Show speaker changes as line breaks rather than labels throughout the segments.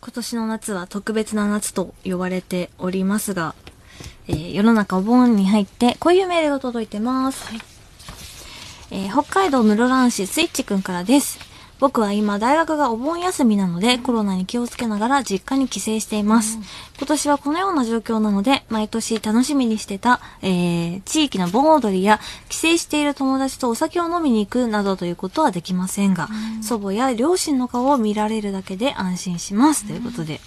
今年の夏は特別な夏と呼ばれておりますが、えー世の中お盆に入ってこういうメールが届いてます。えー北海道室蘭市スイッチくんからです。僕は今大学がお盆休みなのでコロナに気をつけながら実家に帰省しています。今年はこのような状況なので毎年楽しみにしてた、えー地域の盆踊りや帰省している友達とお酒を飲みに行くなどということはできませんが、祖母や両親の顔を見られるだけで安心します。ということで、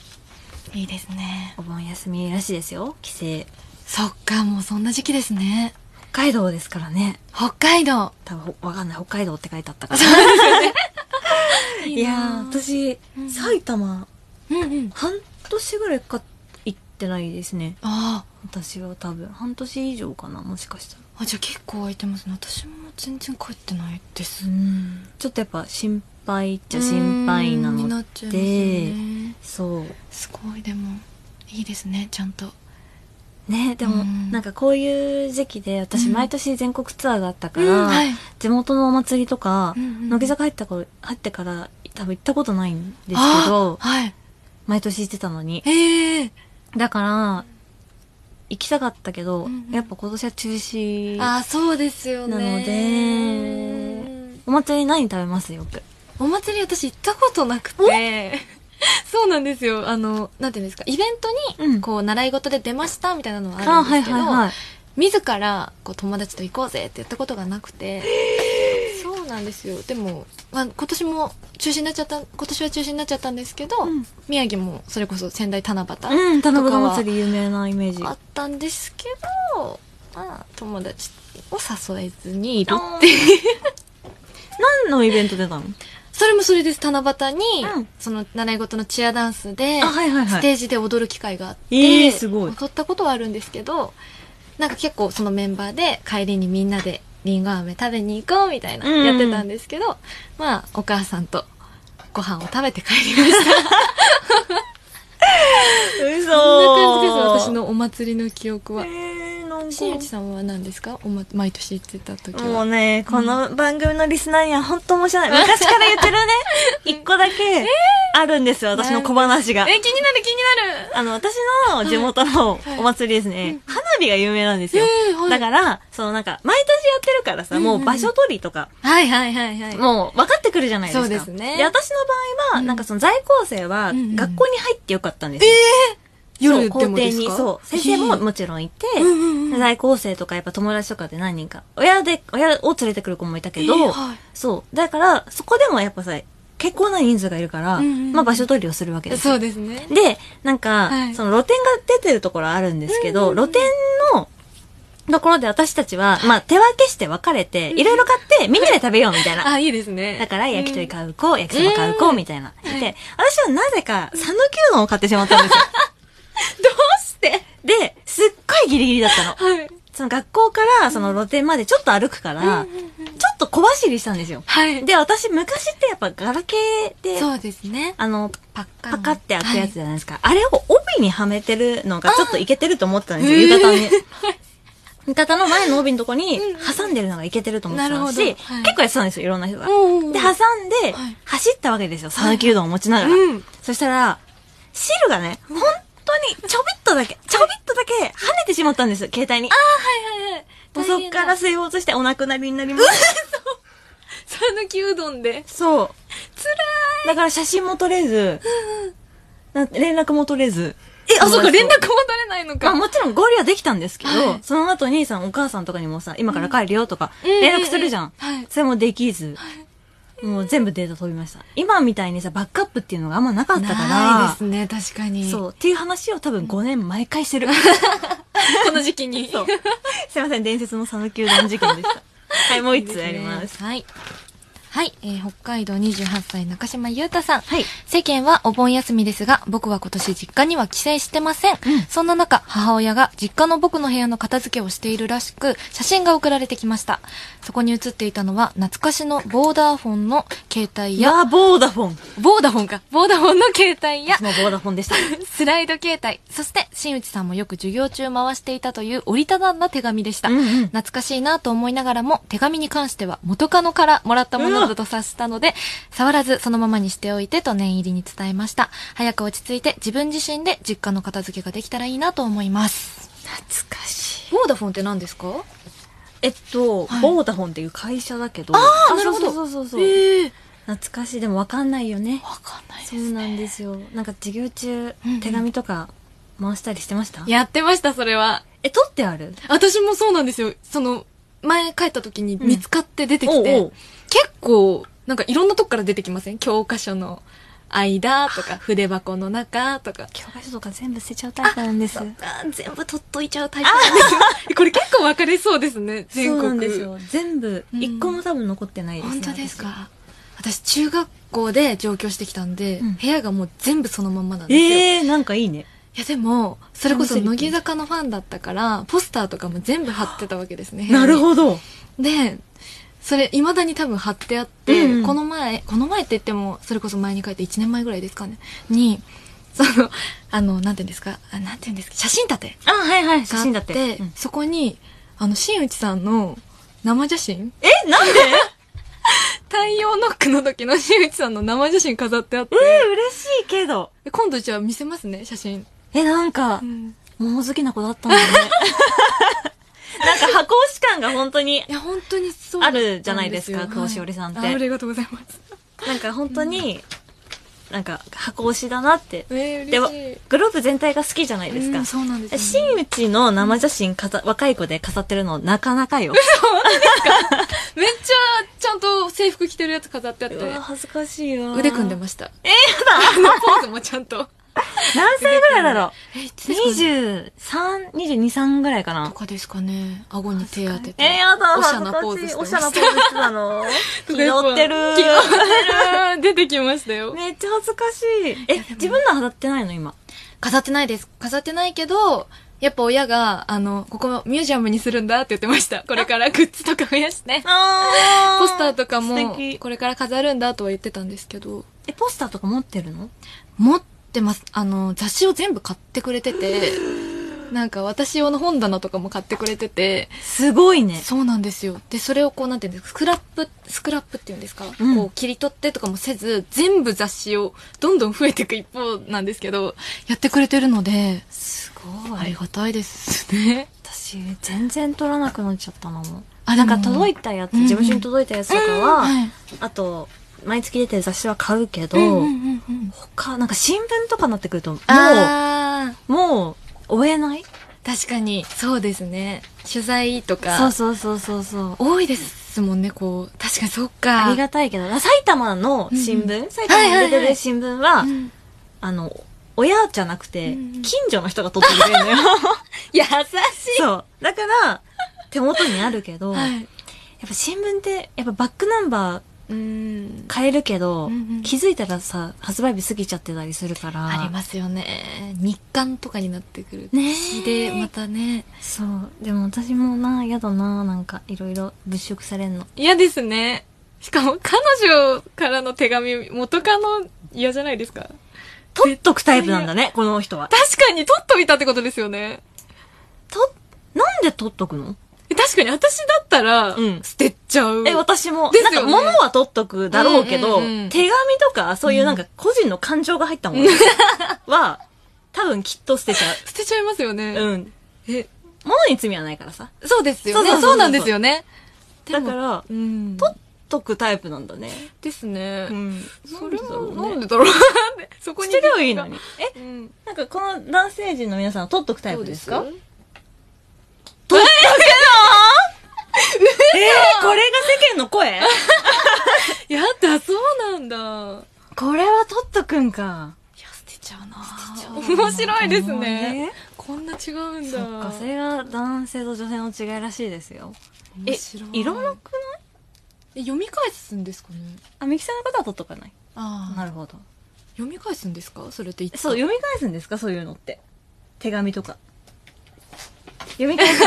いいですね
お盆休みらしいですよ。帰省。
そっかもうそんな時期ですね
北海道ですからね。
北海道
多分ほわかんない北海道 って書いてあったからいやー私、
うん
埼玉
うんうん
半年ぐらいか行ってないですね
あ
私は多分半年以上かなもしかしたら
ーあじゃあ結構空いてますね私も全然帰ってないです
うんちょっとやっぱ心配っちゃ心配な
うんに
の
なっちゃいますよね
そう
すごいでもいいですねちゃんと
ねでも、
うん
なんかこういう時期で私
うん
毎年全国ツアーがあったから、
うんはい
地元のお祭りとか、
うんうん
乃木坂入った頃入ってから多分行ったことないんですけ
あ
ど
ーはい
毎年行ってたのに
ええ
だから行きたかったけど、
うんうん
やっぱ今年は中止
あーそうですよね
なのでお祭り何食べますよく
お祭り私行ったことなくて そうなんですよあのなんていうんですかイベント
うん
にこう習い事で出ましたみたいなのは
あ
あるんですけど、
い
自らこう友達と行こうぜって言ったことがなくて、そうなんですよでも、まあ、今年も中止になっちゃった今年は中止になっちゃったんですけど、
うん
宮城もそれこそ仙台七夕、
うん田辺の祭り有名なイメージ
あったんですけど、まあ、友達を誘えずにいる
あー何のイベント出たの
それもそれです七夕に、
うん
その習い事のチアダンスで、
あはいはいは
ス
い
テージで踊る機会があって、
えーすごい
踊ったことはあるんですけどなんか結構そのメンバーで帰りにみんなでりんご飴食べに行こうみたいな
うんうん
やってたんですけど、まあお母さんとご飯を食べて帰りました
嘘
そんな感じです私のお祭りの記憶は
えーなん
新内さんは何ですかお、ま、毎年行ってた時
かもう
は
ねこの番組のリスナーには本当申し訳ない昔から言ってる ね一個だけあるんですよ私の小話が
え気になる気になる
あの、私の地元のお祭りですね、花火が有名なんですよ。
えーはい
だから、そのなんか、毎年やってるからさ、
うんうん
も
うん
う場所取りとか、
はいはいはいはい
もう分かってくるじゃないですか。
そうですね
で、私の場合は、
うん
なんかその在校生は、
うんうん
学校に入ってよかったんですよ。
夜
そう
でもです
校庭
か
に、そう。先生も
えー
もちろんいて、
うんうんうん
在校生とかやっぱ友達とかで何人か、親で、親を連れてくる子もいたけど、
えーはい
そう。だから、そこでもやっぱさ、結構な人数がいるから、
うんうんうん
まあ場所取りをするわけですよ
そうですね
で、なんか、
はい
その露店が出てるところあるんですけど、
うんうんうん
露店のところで私たちは、まあ手分けして分かれて、いろいろ買ってみんなで食べようみたいな。
あいいですね
だから焼き鳥
か
買う子、焼きそば買う子
うん
みたいな。
はい
で、私はなぜか、讃岐うどんを買ってしまったんですよ。
どうして
で、すっごいギリギリだったの。
はい
その学校からその露店までちょっと歩くから、ちょっと小走りしたんですよ。
はい
で、私昔ってやっぱガラケーで、
そうですね
あの、
パッカン
パカって開くやつじゃないですか。あれを帯にはめてるのがちょっといけてると思ってたんですよ、
あー
浴 衣に。浴衣の前の帯のとこに挟んでるのがいけてると思ってた
な
し、
るほどはい
結構やってたんですよ、いろんな人が。
うんうんうん
で、挟んで
はい、
走ったわけですよ、讃岐うどんを持ちながら。
うん
そしたら、汁がね、本当にちょびっとだけ、ちょびっとだけ跳ねてしまったんですよ、携帯に。
はいはいはい
もうそっから
さ
水没してお亡くなりになりました。
ぬきうどんで
そう。辛い。だから写真も撮れず、なん連絡も取れず。
えあそっ
か
か
連
連
絡
絡も取れない
ま
の
あ
か
もちろん合流はできたんですけど、
はい
その後兄さんお母さんとかにもさ、今から帰るよとか、
うん
連絡するじゃん。
うんうんうんはい
それもできず、もう全部データ飛びました。今みたいにさ、バックアップっていうのがあんまなかったから、
ないですね確かに
そうう、っていう話を多分5年毎回してる。
この時期に
そう。すいません、伝説の讃岐うどん事件で した。はい、もう1つあります。
はいはい、えー、北海道28歳中島裕太さん
はい。
世間はお盆休みですが、僕は今年実家には帰省してません。そんな中、母親が実家の僕の部屋の片付けをしているらしく、写真が送られてきました。そこに写っていたのは、懐かしのボーダーフォンの携帯
い
や、
やー、ボーダフォン。
ボーダフォンか、ボーダフォンの携帯 や
私、もボーダフォンでした。
スライド携帯、そして、新内さんもよく授業中回していたという折りたたんだ手紙でした。
うんうん
懐かしいなと思いながらも、手紙に関しては元カノからもらったものなどと察したので、触らずそのままにしておいてと念入りに伝えました。早く落ち着いて自分自身で実家の片付けができたらいいなと思います。
懐かしい。
ボーダフォンって何ですか
えっと、
はい
ボーダホンっていう会社だけど。あ
なるほど
そうそうそうそう。
ええ
懐かしい。でもわかんないよね。
わかんない
そうなんですよ。なんか授業中
うんうん、
手紙とか回したりしてました
やってました、それは。
え、取ってある
私もそうなんですよ。その、前帰った時に見つかって出てきて、
おうおう
結構、なんかいろんなとこから出てきません教科書の間とか、筆箱の中とか。
教科書とか全部捨てちゃうタイプなんです。そう
あー全部取っといちゃうタイプなんですね これ結構分かれそうですね、全国。
なんですよ。全部、
うん
一個も多分残ってないです、
本当ですか私、中学校で上京してきたんで、
うん
部屋がもう全部そのまんまなん
私
ですよ。
ええー、なんかいいね。
いやでも、それこそ
楽しみ
乃木坂のファンだったから、ポスターとかも全部貼ってたわけですね。
なる
ど。
ほど。
で、それ、未だに多分貼ってあって、
うんうん
この前、この前って言っても、それこそ前に書いて1年前ぐらいですかね、に、その、あの、なんて言うんですか、あなんて言うんですか、写真立て
あ、はいはい、写
があ
真
っ、
だってて。うん
そこに、あの、新内さんの生写真
え、 なんで
太陽ノックの時の新内さんの生写真飾ってあって、
え、嬉しいけど。
今度じゃあ見せますね、写真。
え、なんか、
ん、
物好きな子だったんだね。 なんか箱推し感が本当に、
いや、本当にそう
あるじゃないですか
なんよ
久保史緒里さんって
はいあありがとうございます。
なんか本当に、なんか箱推しだなって。
え
で
嬉しい。
グループ全体が好きじゃないで
う
す
ん
か。
そうなんですよね
新内の生写真飾若い子で飾ってるのなかなかよ。
めっちゃ、ちゃんと制服着てるやつ飾ってあって
う、わ 恥ずかしいわ。
腕組んで
も
ました。えー、 やだポーズもちゃんと。
何歳ぐらいだろう
え、いつですかね
?23、22、3ぐらいか
と
な。
かですかね。顎に手当てて。
えー、やだ、
おしゃなポー
恥
ズ
ずか
し
しい。
て
おしゃ
ま
なポ
した。
ーズしてた の気取ってる。
気取ってる。出てきましたよ。
めっちゃ恥ずかしい。え、自分のは当たってないの今。
飾ってないです。飾ってないけど、やっぱ親が、あの、ここミュージアムにするんだって言ってました。これからグッズとか増やして。
あ
ポスターとかも
素敵、
これから飾るんだとは言ってたんですけど、
え、ポスターとか持ってるの
持ってます。あの、雑誌を全部買ってくれてて、なんか私用の本棚とかも買ってくれてて、
すごいね。
そうなんですよ。で、それをこう、なんていうんですか、スクラップ、スクラップっていうんですか、
うん
こう、切り取ってとかもせず、全部雑誌をどんどん増えていく一方なんですけど、やってくれてるので、
すご
ありがたいですね。
私、全然取らなくなっちゃったなもう
あ
なんか届いたやつ、
うんうん
事務所に届いたやつとかは、
はい
あと、毎月出てる雑誌は買うけど、
うんうんうんうん
他、なんか新聞とかになってくると、も
あー
う、もう、追えない
確かに、そうですね。取材とか。
そうそうそうそうそう。
多いですもんね、こう。確かに、そっか。
ありがたいけど、埼玉の新聞、
うん
埼玉に出てる新聞は、
うん
あの、親じゃなくて、
うんうん
近所の人が撮ってくれるのよ。
優しい。
そう。だから、手元にあるけど、やっ
はい。
ぱ新聞って、やっぱバックナンバー
うん。
変えるけど、
うんうん
気づいたらさ、発売日過ぎちゃってたりするから。
ありますよね。日刊とかになってくる。
ねえ
詩で、またね。
す。そう。でも私もな、嫌だな、なんか、いろいろ物色されんの。
嫌ですね。しかも、彼女からの手紙、元カノ嫌じゃないですか。
取っとくタイプなんだね、この人は。
確かに、取っといたってことですよね。
と、なんで取っとくの
え確かに、私だったら
うん、
捨てちゃう。
え、私も、
ですよ
なん
ね
か物は取っとくだろうけど、
うんうんうん
手紙とか、そういうなんか個人の感情が入ったもの は、多分きっと捨てちゃ
捨てちゃいますよね。
う。うん。
え、
物に罪はないからさ。
そうですよね。
そうそうそうそう
そうなんですよね。で
だ
も
から、
うん。
解くタイプなんだね。
ですね。
ん。
それも、
な
なん
んでだろうね
でだろうなんでそこに。
捨てればいいのに。え、
うん。
なんかこの男性陣の皆さんは取っとくタイプですか
どうで
取っとくのえー、これが世間の声
すやだ、そうなんだ。い
これは取っとくんか。
や、捨てちゃうな。面
面
白
白
い
い
で
ですす
ね
ね。
こんな違うんだ。
そっか、それが男性と女性の違いらしいですよ。
面
え
白、い
色なくない
え読み返すんですかね
あ、ミキさんの方は取っとかない。
あ
な
あ。
るほど。
読み返すんですかそれっていつ
そう、読み返すんですかそういうのって。手紙とか。読み返 す。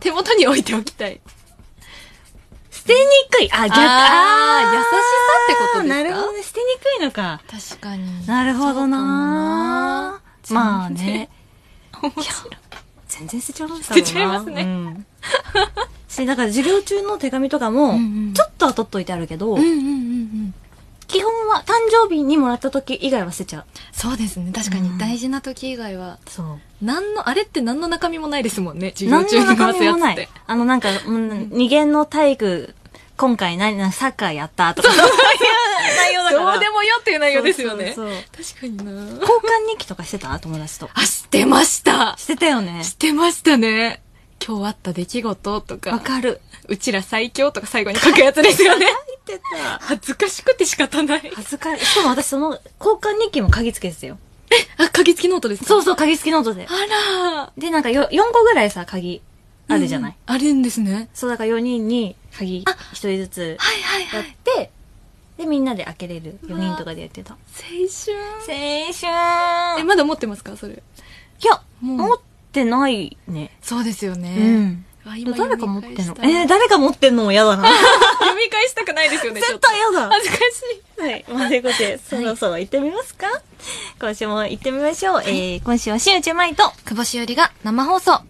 手元に置いておきたい。
捨てにくい。あ、逆。
あー優しさってことですか
なるほどね。捨てにくいのか。
確かに
なるほどな
そうか
ー
もな
まあね。
面白い
全然捨てちゃいます
捨てちゃいますね
うんし、だから授業中の手紙とかも、
うんうん
ちょっとは取っといてあるけど、
うんうんうんうん。
基本は誕生日にもらった時以外は捨てちゃう。
そうですね。確か
う
に
ん
大事な時以外は、
そう。
何の、あれって何の中身もないですもんね。授業
何
中
の
に
中
回す
身
や
も
つ
な
っ
い
て。。
あの、なんか、うん、二限の体育、今回何、なサッカーやったとか、そういう内容だから。
どうでもよっていう内容ですよね。
そうそう
確かにな
交換日記とかしてた友達と。
あ、知ってました
してたよね。
知ってましたね。今日あった出来事とか。
わかる。
うちら最強とか最後に書くやつですよね。
言ってた。
恥ずかしくて仕方ない。
恥ずかしい。しかも私その交換日記も鍵付けですよ。
あ、鍵付きノートですか
そうそう、鍵付きノートで。
あ
で、なんかよ4個ぐらいさ、鍵
ら。
あるじゃない。
うんあるんですね。
そう、だから4人に鍵1
あ
人ずつ
はいはい
や
は
っ
い。
て、で、みんなで開けれる。4人とかでやってた。
青春。
青
え、
春
まだ持ってますかそれ。
いや、
もう
持ってないね。
そうですよね。
うん。
うわ。今
誰か持ってんの
読み
えー、
返した
誰か持ってんのも嫌 だな。
読み返したくないですよね、ちょ
絶
っと。
対嫌だ。
恥ずかしい。
はい。まあ、ということで、 そろそろ行ってみますか、今週も行ってみましょう。えー、今週は新内舞と、
久保しおりが生放送。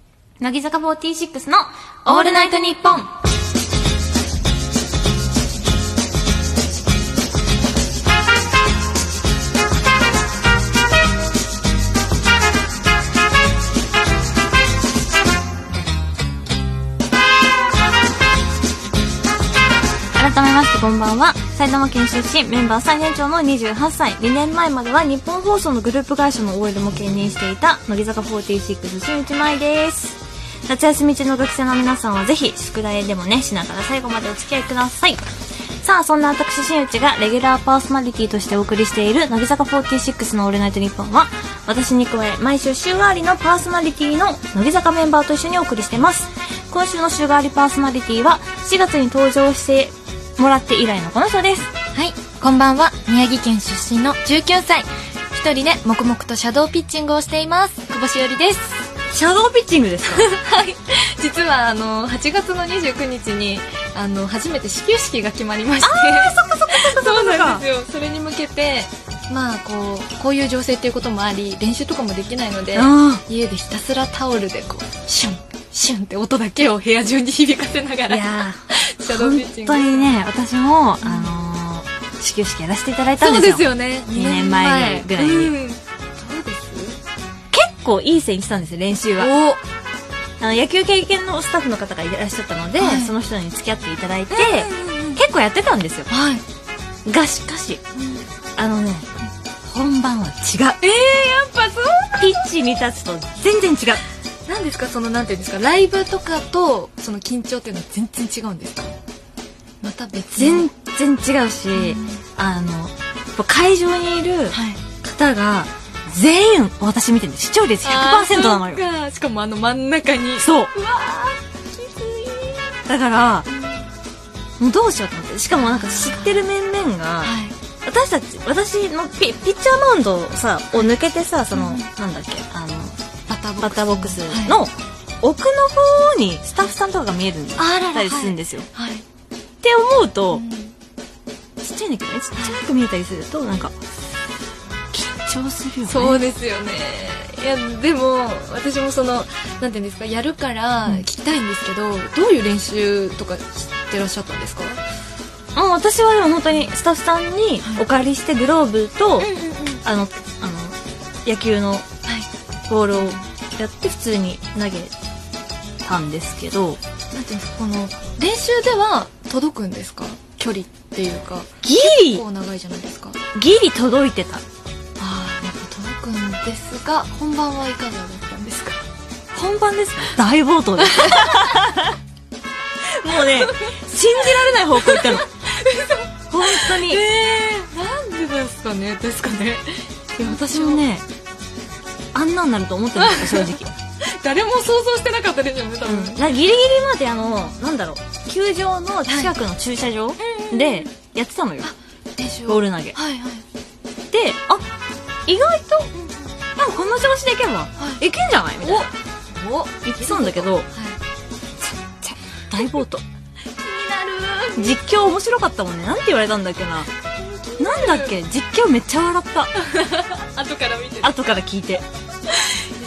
乃木坂46の、オールナイトニッポン。改めましてこんばんは埼玉県出身メンバー最年長の28歳2年前までは日本放送のグループ会社の OL も兼任していた乃木坂46新内舞です夏休み中の学生の皆さんはぜひ宿題でもねしながら最後までお付き合いくださいさあそんな私新内がレギュラーパーソナリティとしてお送りしている乃木坂46の「オールナイトニッポン」は私に加え毎週週替わりのパーソナリティの乃木坂メンバーと一緒にお送りしてます今週の週替わりパーソナリティは4月に登場してもらって以来のこの人です
はい、こんばんは。宮城県出身の19歳。一人で黙々とシャドーピッチングをしています。久保しおりです。
シャドーピッチングですか
はい。実は、あの、8月の29日に、あの、初めて始球式が決まりまして。 そうなんですよ。それに向けて、まあ、こう、こういう情勢っていうこともあり、練習とかもできないので、
あ
家でひたすらタオルでこう、シュン、シュンって音だけを部屋中に響かせなが
あい
ら、
や
シャドーピッチ
ー本
ング。
当にね私も、あのー始球式やらせていただいたん
そう
です
で
よ
すよね。
二年前ぐらいに
うんどうです
結構いい線してたんですよ練習は
お
あの野球経験のスタッフの方がいらっしゃったので、
はい
その人に付き合っていただいて、
で、
結構やってたんですよ
はい。
がしかしあのね本番は違う
ええやっぱそう
ピッチに立つと全然違う
なんですかそのなんていうんですかライブとかとその緊張っていうのは全然違うんですかまた別
全然違うし、
うん
あのやっぱ会場にいる
はい
方が全員私見てるんで視聴率100%なのよ
あーそっかしかもあの真ん中に
そう
うわーきつい
だからもうどうしようと思ってしかもなんか知ってる面々が
はい
私たち私のピピッチャーマウンドをさを抜けてさその、
うん
なんだっけあの
バッターボックス
バッターボックスの、奥の方にスタッフさんとかが見えるんだ
はいあらら
ったりするんですよ、
はいはい
って思うと、
うん
ちっちゃいんだけどねちっちゃく見えたりするとなんか緊張するよね
そうですよねいやでも私もそのなんていうんですかやるから
うん
聞きたいんですけど、どういう練習とかしてらっしゃったんですか
もう私はでも本当にスタッフさんに
はい
お借りしてグローブと、
うんうん
あのあの野球の
はい
ボールをやって普通に投げたんですけど
なんていうんですかこの練習では届くんですか距離っていうか
ギリ
結構長いじゃないですか
ギリ届いてた
ああやっぱ届くんですが本番はいかがだったんですか
本番ですか大暴投です もうね信じられない方向行ったの本当に、
なんでですかねですかねいや
私もねあんなんなると思ってなかった正直
誰も想像してなかったですよね多
うん、なギリギリまであのなんだろう球場の近くの駐車場でやってたのよ、
練習
ボー
ル
ル投げで
はいはい
あ意外となんかこの調子でいけば、い、けんじゃないみたいな
おお
言ってたんだけど
はい
大暴投
気になる
実況面白かったもんねなんて言われたんだっけななんだっけ実況めっちゃ笑っ
後から見て
た後から聞いて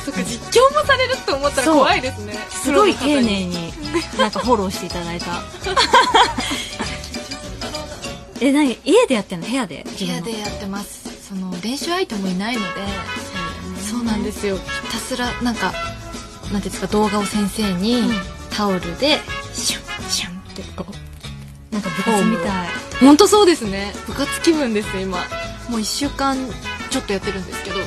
そっか実況もされると思ったら怖いですね
すごい
プロ
丁
の方に
寧になんかフォローしていただ いたえ何家でやってんの部屋で
部屋でやってますその練習相手もいないのでそうなんですすよひたすらなんかなんていうんですか動画を先生に
ん
タオルでシュンシュンってこう
なんか部活みたい
本当そうですね部活気分です今もう1週間ちょっとやってるんですけど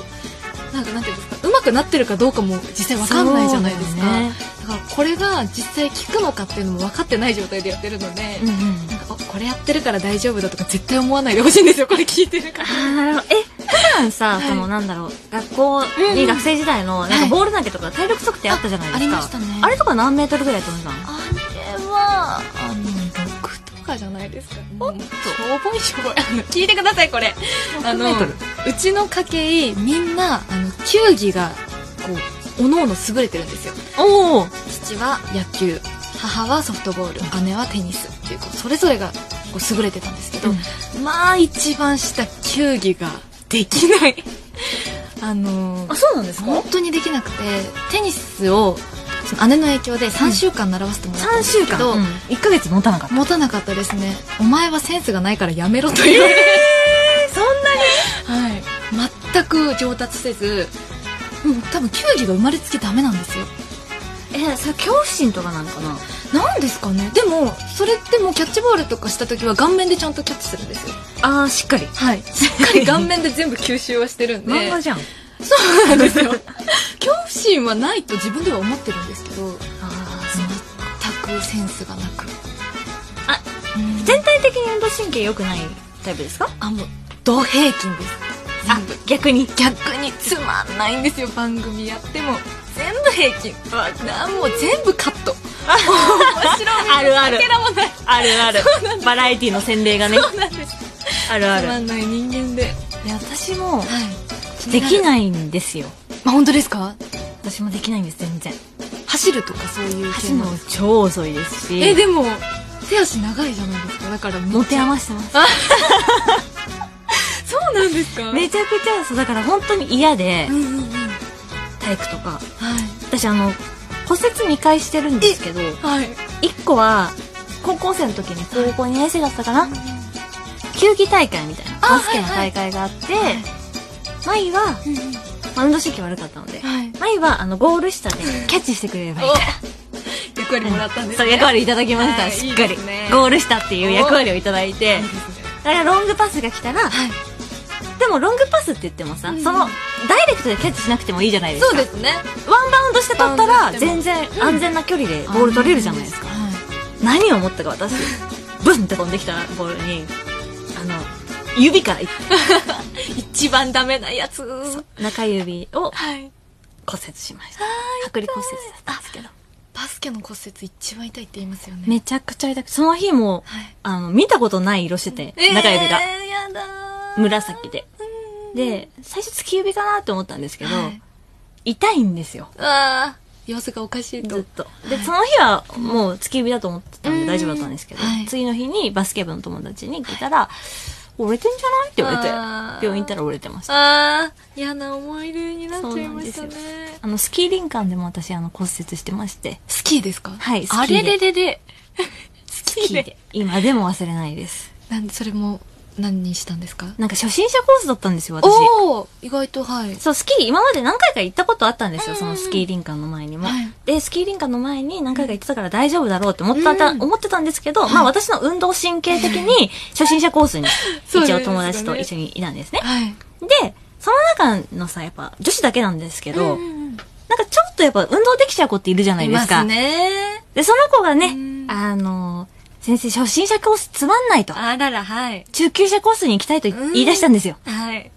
なんかなんていうんですか上手くなってるかどうかも実際わかんないじゃないで
そ
すか
う
だ,、
だよね
からこれが実際効くのかっていうのも分かってない状態でやってるので、
うんうん
なんかおこれやってるから大丈夫だとか絶対思わないでほしいんですよこれ聞いてるから
あーなるほどえ普段さ、
はい
そのなんだろう学校
うんう
に
ん
学生時代のなん
は
か
い
ボール投げとか体力測定あったじゃないですか
ありましたね
あれとか何メートルぐらい飛んだの
あれは、あの、6とかじゃないですか。ほんと。しょぼいしょぼい。あの、聞いてください、これ。あの、
メートル
うちの家系、みんな、あの、球技が、こう、おのおの優れてるんですよ。
おお
父は野球、母はソフトボール、姉はテニスっていう、こう、それぞれが、こう、優れてたんですけど、まあ、一番下、球技ができない。 あの、
あそうなんですか
本当にできなくて、テニスを、その姉の影響で3週間習わせてもらったん
3
です
週
けど、
間、うん、1ヶ月持たなかった
持たなかったですねお前はセンスがないからやめろと言われ、
そんなに
はい、全く上達せずもう多分球技が生まれつきダメなんですよ
えそれ恐怖心とかなのかな
なんですかねでもそれでもキャッチボールとかした時は顔面でちゃんとキャッチするんですよ
ああしっかり
はいしっかり顔面で全部吸収はしてるんで
漫画じゃん、
そうなんですよ恐怖心はないと自分では思ってるんですけど全
あ
くセンスがなく
あ
うん
全体的に運動神経良くないタイプですか
あもうド平均です
あ逆に
逆につまんないんですよ番組やっても全部平均あもう全部カット面白み
あるある
かけらもない
あるある バラエティの洗礼がね
そうなんです
あるあ
つま
る
んない人間で
いや私も
はい
でき
い
ないんですよ
まあ本当ですか
私もできないんです全然
走るとかそういう
走るの超遅いですし
えでも手足長いじゃないですかだから
持て
ま
余してます
そうなんですか
めちゃくちゃそうだから本当に嫌で
うんうんうん
体育とか
はい
私あの骨折2回してるんですけど
はい
1個は高校生の時に高校2年生だったかな球技大会みたいな
あ
バスケの
は
大
いはい
会があって、
はい
舞は、
うんうん
まあ、運動神経悪かったので、
はい
舞はあのゴール下でキャッチしてくれればいいから
お役割もらったんです
そう
ね
役割いただきました、
はい
しっか
いい
り
ですね
ゴール下っていう役割をいただいて
いいですね
だからロングパスが来たら
はい
でもロングパスって言ってもさ、
うん
そのダイレクトでキャッチしなくてもいいじゃないですか
そうですね
ワンバウンドして取った
ワンバウ
ら
ンドしても
全然安全な距離でボール取れるじゃないですか、
はい
何を思ったか私ブンって飛んできたボールにあの指から一
一番ダメなやつ。
中指を
はい。
骨折しました剥離骨折だったんですけど
バスケの骨折一番痛いって言いますよね。
めちゃくちゃ痛くてその日も
はい。
あの見たことない色してて中指が
えー、やだー。
紫で
うん。
で最初突き指かなと思ったんですけど、
はい
痛いんですよ
ああ、様子がおかしいと。
ずっとで
はい
その日はもう突き指だと思ってたん
う
で
ん
大丈夫だったんですけど、
はい
次の日にバスケ部の友達に聞いたら「折れてんじゃない?」って言われて
あー
病院行ったら折れてました
ああ、嫌な思い出になっちゃいました
そうなんで
ね。
あのスキー林間でも私あの骨折してま して
スキーですか
はいスキー
あ
で
れれれれ。ス
スキ
キ
ーで
ーで。
今でも忘れないです
なんで、それも何にしたんですか
なんか初心者コースだったんですよ私
おお意外とはい。
そう、スキー、今まで何回か行ったことあったんですよ、
うん
そのスキー林間の前にも。
はい
で、スキー林間の前に何回か行ってたから大丈夫だろうって思った、
うん
思ってたんですけど、まあ私の運動神経的に初心者コースに
そう
一
ですよ
応
ね
友達と一緒にいたんですね。
はい。
で、その中のさ、やっぱ女子だけなんですけど、
うんうんうん
なんかちょっとやっぱ運動できちゃう子っているじゃない
い
で
ます
か。
すね。
で、その子がね
うん、
あの、先生初心者コースつまんないと。
あらら、はい。
中級者コースに行きたいと
うん
言い出したんですよ。
はい。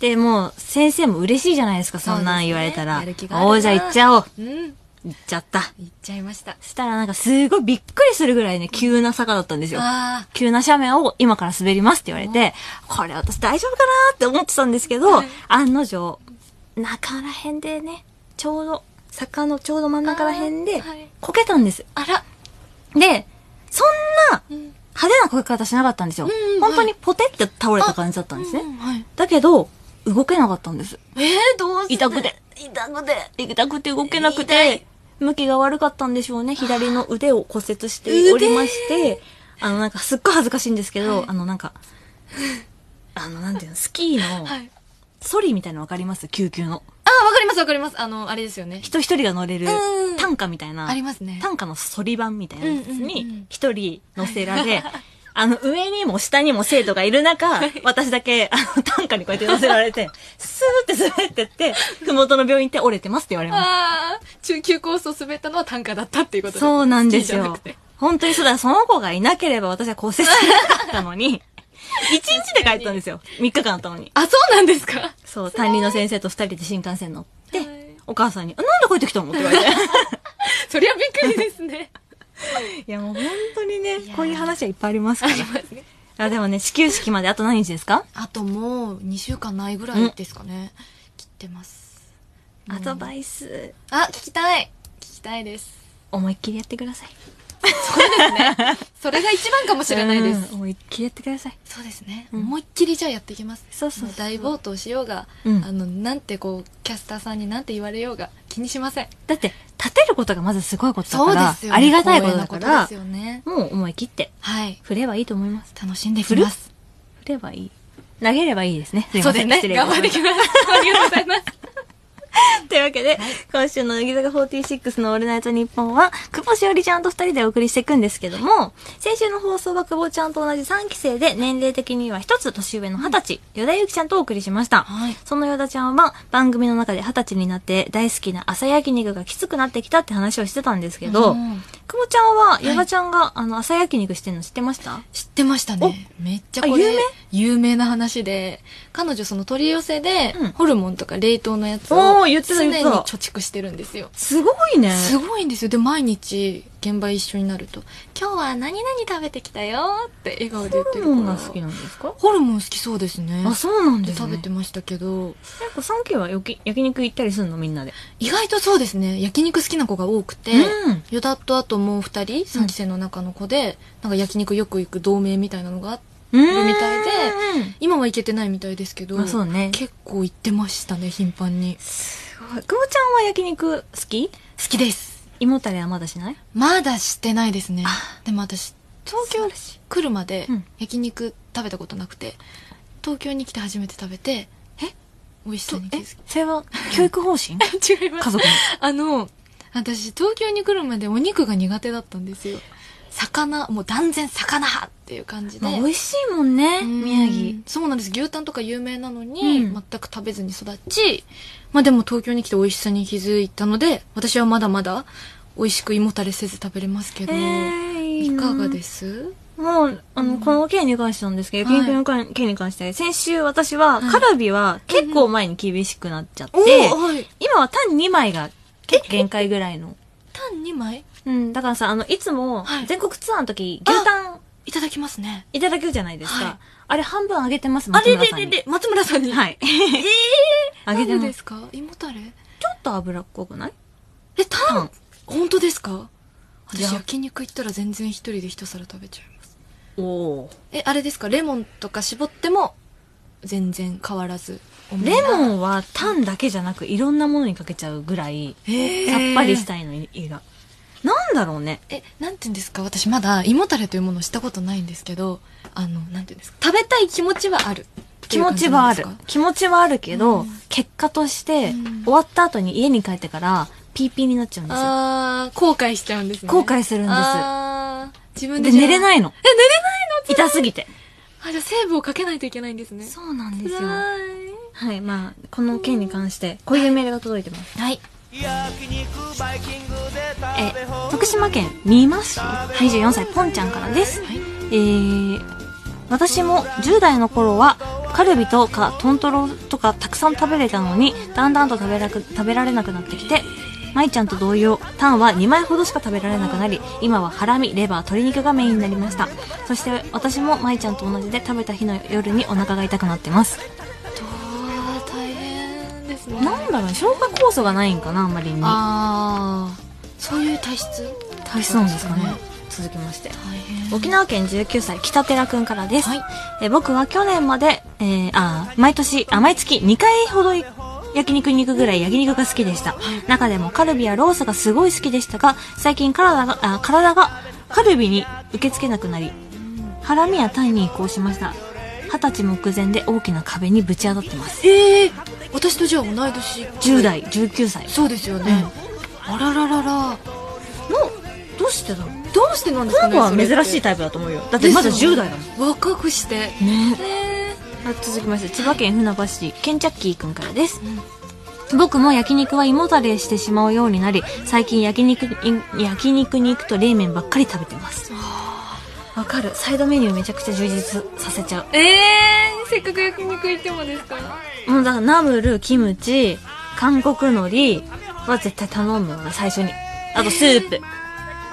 で、もう先生も嬉しいじゃないですか、そんなん言われたら。
そうですねやる気があるな
おうじゃあ行っちゃおう。
うん。
行っちゃった。
行っちゃいました。
そしたらなんかすごいびっくりするぐらいね、急な坂だったんですよ。
あ
急な斜面を今から滑りますって言われて、これ私大丈夫かなって思ってたんですけど、
はい
案の定、中ら辺でね、ちょうど、坂のちょうど真ん中ら辺で
あーはい、
こけたんです。
あ。あら。
で、そんな
うん。
派手なこけ方しなかったんですよ。
うんうん
本当にポテって倒れた感じだったんですね。
はい。
だけど、動けなかったんです。
えー、どうして
痛くて。痛くて、痛くて動けなくて、向きが悪かったんでしょうね。左の腕を骨折しておりまして、あの、なんかすっごい恥ずかしいんですけど、あの、なんか、あの、なんていうの、スキーの、
はい。
ソリみたいなのわかります救急の。
ああ、わかりますわかります。あの、あれですよね。
人一人が乗れる
うん、
単価みたいな。
ありますね。
短歌の反り版みたいなやつ
うんうんうん
に一人乗せられ、 あの上にも下にも生徒がいる中、私だけあの短歌にこうやって乗せられて、スーって滑ってって、ふもとの病院って折れてますって言われま
ああ、中級コースを滑ったのは短歌だったっていうこと
す。
です
そうなんですよ
スキーじゃなくて。
本当にそうだ、その子がいなければ私は骨折しなかったの に、1日で帰ったんですよ。3日間あったのに。
あ、そうなんですか
そう、担任の先生と2人で新幹線乗って、
はい
お母さんに、あなんで帰ってきたのって言われて。
そりゃびっくりですね。
いやもう本当にね
いや、ー
こういう話はいっぱいあります
あ
から
り。ますね。
あ、でもね、始球式 まであと何日ですか
あともう2週間ないぐらいですかね。切ってます。
アド
イ。
バイス、
あ、聞きたい。聞きたいです。
思いっきりやってください。
それが一番かもしれないです。
うん思いっきりやってください。
そうですね、
うん
思いっきりじゃあやっていきます
そうそうそう
も大暴投しようが、
うん
あのなんてこうキャスターさんになんて言われようが気にしません
だって、立てることがまずすごいことだから、ありがたいことだか
光栄な
ら
ことです、よね
もう思い切って、
はい
振ればいいと思います。
楽しんでいきます
振ればいい。投げればいいですね。すい
そ
ま
うで
せ
す
ん
ね
失礼
頑張っていきますありがとうございます
というわけで、今週の乃木坂46のオールナイトニッポンは、久保しおりちゃんと二人でお送りしていくんですけども、先週の放送は久保ちゃんと同じ3期生で、年齢的には一つ年上の二十歳、与田ゆきちゃんとお送りしました。
はい
その与田ちゃんは、番組の中で二十歳になって、大好きな朝焼肉がきつくなってきたって話をしてたんですけど、
うん
久保ちゃんは、与田ちゃんが、あの、朝焼肉してるの知ってました
知ってましたねめっちゃこれ
あ有名
有名な話で彼女その取り寄せで、
うん
ホルモンとか冷凍のやつ
お
を
ー
常
言
に
ってた言ってた
貯蓄してるんですよ
すごいね
すごいんですよで毎日現場一緒になると「今日は何々食べてきたよ」って笑顔で言っ
ホ
てる
ル
から
モンが好きなんですか
ホルモン好きそうですね
あ、そうなん
で
です
食
ね。
べてましたけど
なんか3期はよき焼肉行ったりするのみんなで。
意外とそうですね焼肉好きな子が多くて、
うん
よだとあともう2人3期生の中の子で、なんか焼肉よく行く同盟みたいなのがあって
み
みたいで今は行けてないみたいですけど、
まあそうね
結構行ってましたね頻繁に
すごい。久保ちゃんは焼肉好き
好きです
胃もたれはまだしない
まだ知ってないですねでも私東京
し
来るまで
うん
焼肉食べたことなくて、東京に来て初めて食べて
え
美味しさに気
え
づ、
それは教育方 針
き違いま
家
す
族の。
あの私東京に来るまでお肉が苦手だったんですよ魚もう断然魚派っていう感じで、
まあ美味しいもんね、
うん
宮城。
そうなんです牛タンとか有名なのに、
うん
全く食べずに育ちまあでも東京に来て美味しさに気づいたので私はまだまだ美味しく胃もたれせず食べれますけど、
ええ
いかが
す
です
もう、あの、この件に関してなんですけど、
はい
焼肉の件件に関して、先週私は、
はい
カルビは結構前に厳しくなっちゃって、
はい、
今は単2枚が結構限界ぐらいの。
タン2枚
うん、だからさ、あの、いつも
はい、
全国ツアーの時、牛タン
いただきますね
いただけるじゃないですか。
はい
あれ半分あげてます、
あ
松
れ
村
れ
さんに
れれ松村さんに
はい。ええ あげて
何
ま。
ですすか胃もたれ
ちょっと脂っこくない
えタン、
うん
本当ですか
いや
私焼肉行ったら全然一人で一皿食べちゃいます
おお。
えあれですかレモンとか絞っても全然変わらず
レモ
ン
ンはタンだけじゃなく、いろんなものにかけちゃうぐらい、さっ
っ
ぱりしたいの、胃が。なんだろうね。
えなんて言うんですか私まだ胃もたれというものをしたことないんですけどあのなんて言うんですか食べたい気持ちはある
気持ちはある
っていう感。
気持ちはあるけど、
うん
結果として、
うん
終わった後に家に帰ってから、ピーピーになっちゃうん
じ
で
なんですす
よ。
かあー後悔しちゃうんですね
後悔するんです
あー自分
で、
で
寝れないいの。
え寝れ
痛すぎて。
ないあじゃあセーブをかけないといけないんですね
そうなんですよ。
辛い
はい、まあ、この件に関して、こういうメールが届いてます。
はい
え
え
ー、
ー、
徳
徳
島
島
県
県
新間市、24歳、ポンちゃんからです。
はい
えー私も10代の頃はカルビとかトントロとかたくさん食べれたのにだんだんと食べらく食べられなくなってきて舞ちゃんと同様タンは2枚ほどしか食べられなくなり今はハラミレバー鶏肉がメインになりましたそして私も舞ちゃんと同じで食べた日の夜にお腹が痛くなってます
とは大変ですね
なんだろうね消化酵素がないんかなあんまりに
ああそういう体質
大質なんですかね続きまして
大変
沖縄県19歳北寺くんからです、
はい
えー僕は去年まで、えーあー毎年あ毎月2回ほどい焼肉に行くぐらい焼肉が好きでした。中でもカルビやロースがすごい好きでしたが、最近体が、あ体がカルビに受け付けなくなり、ハラミやタイに移行しました。二十歳目前で大きな壁にぶち当たってます。
ええ私とじゃあ同い年
10代、19歳。
そうですよね、あらららら
の、どうしてだろう
どうしてなんです
こ
か
の
ね
子は珍
そ
し
れ
い
っ
タイプだと思うよ。だってまだ
ですよ
10
ね
代だもん。
若くして
ね
え
はい続きまして千葉県船橋市ケンチャッキーくんからです、僕も焼肉は胃もたれしてしまうようになり最近焼肉に焼肉に行くと冷麺ばっかり食べてますわかるサイドメニューめちゃくちゃ充実させちゃう
えー、せっかく焼肉行ってもですから
もうだからナムルキムチ韓国海苔は絶対頼むのが最初にあとスー プ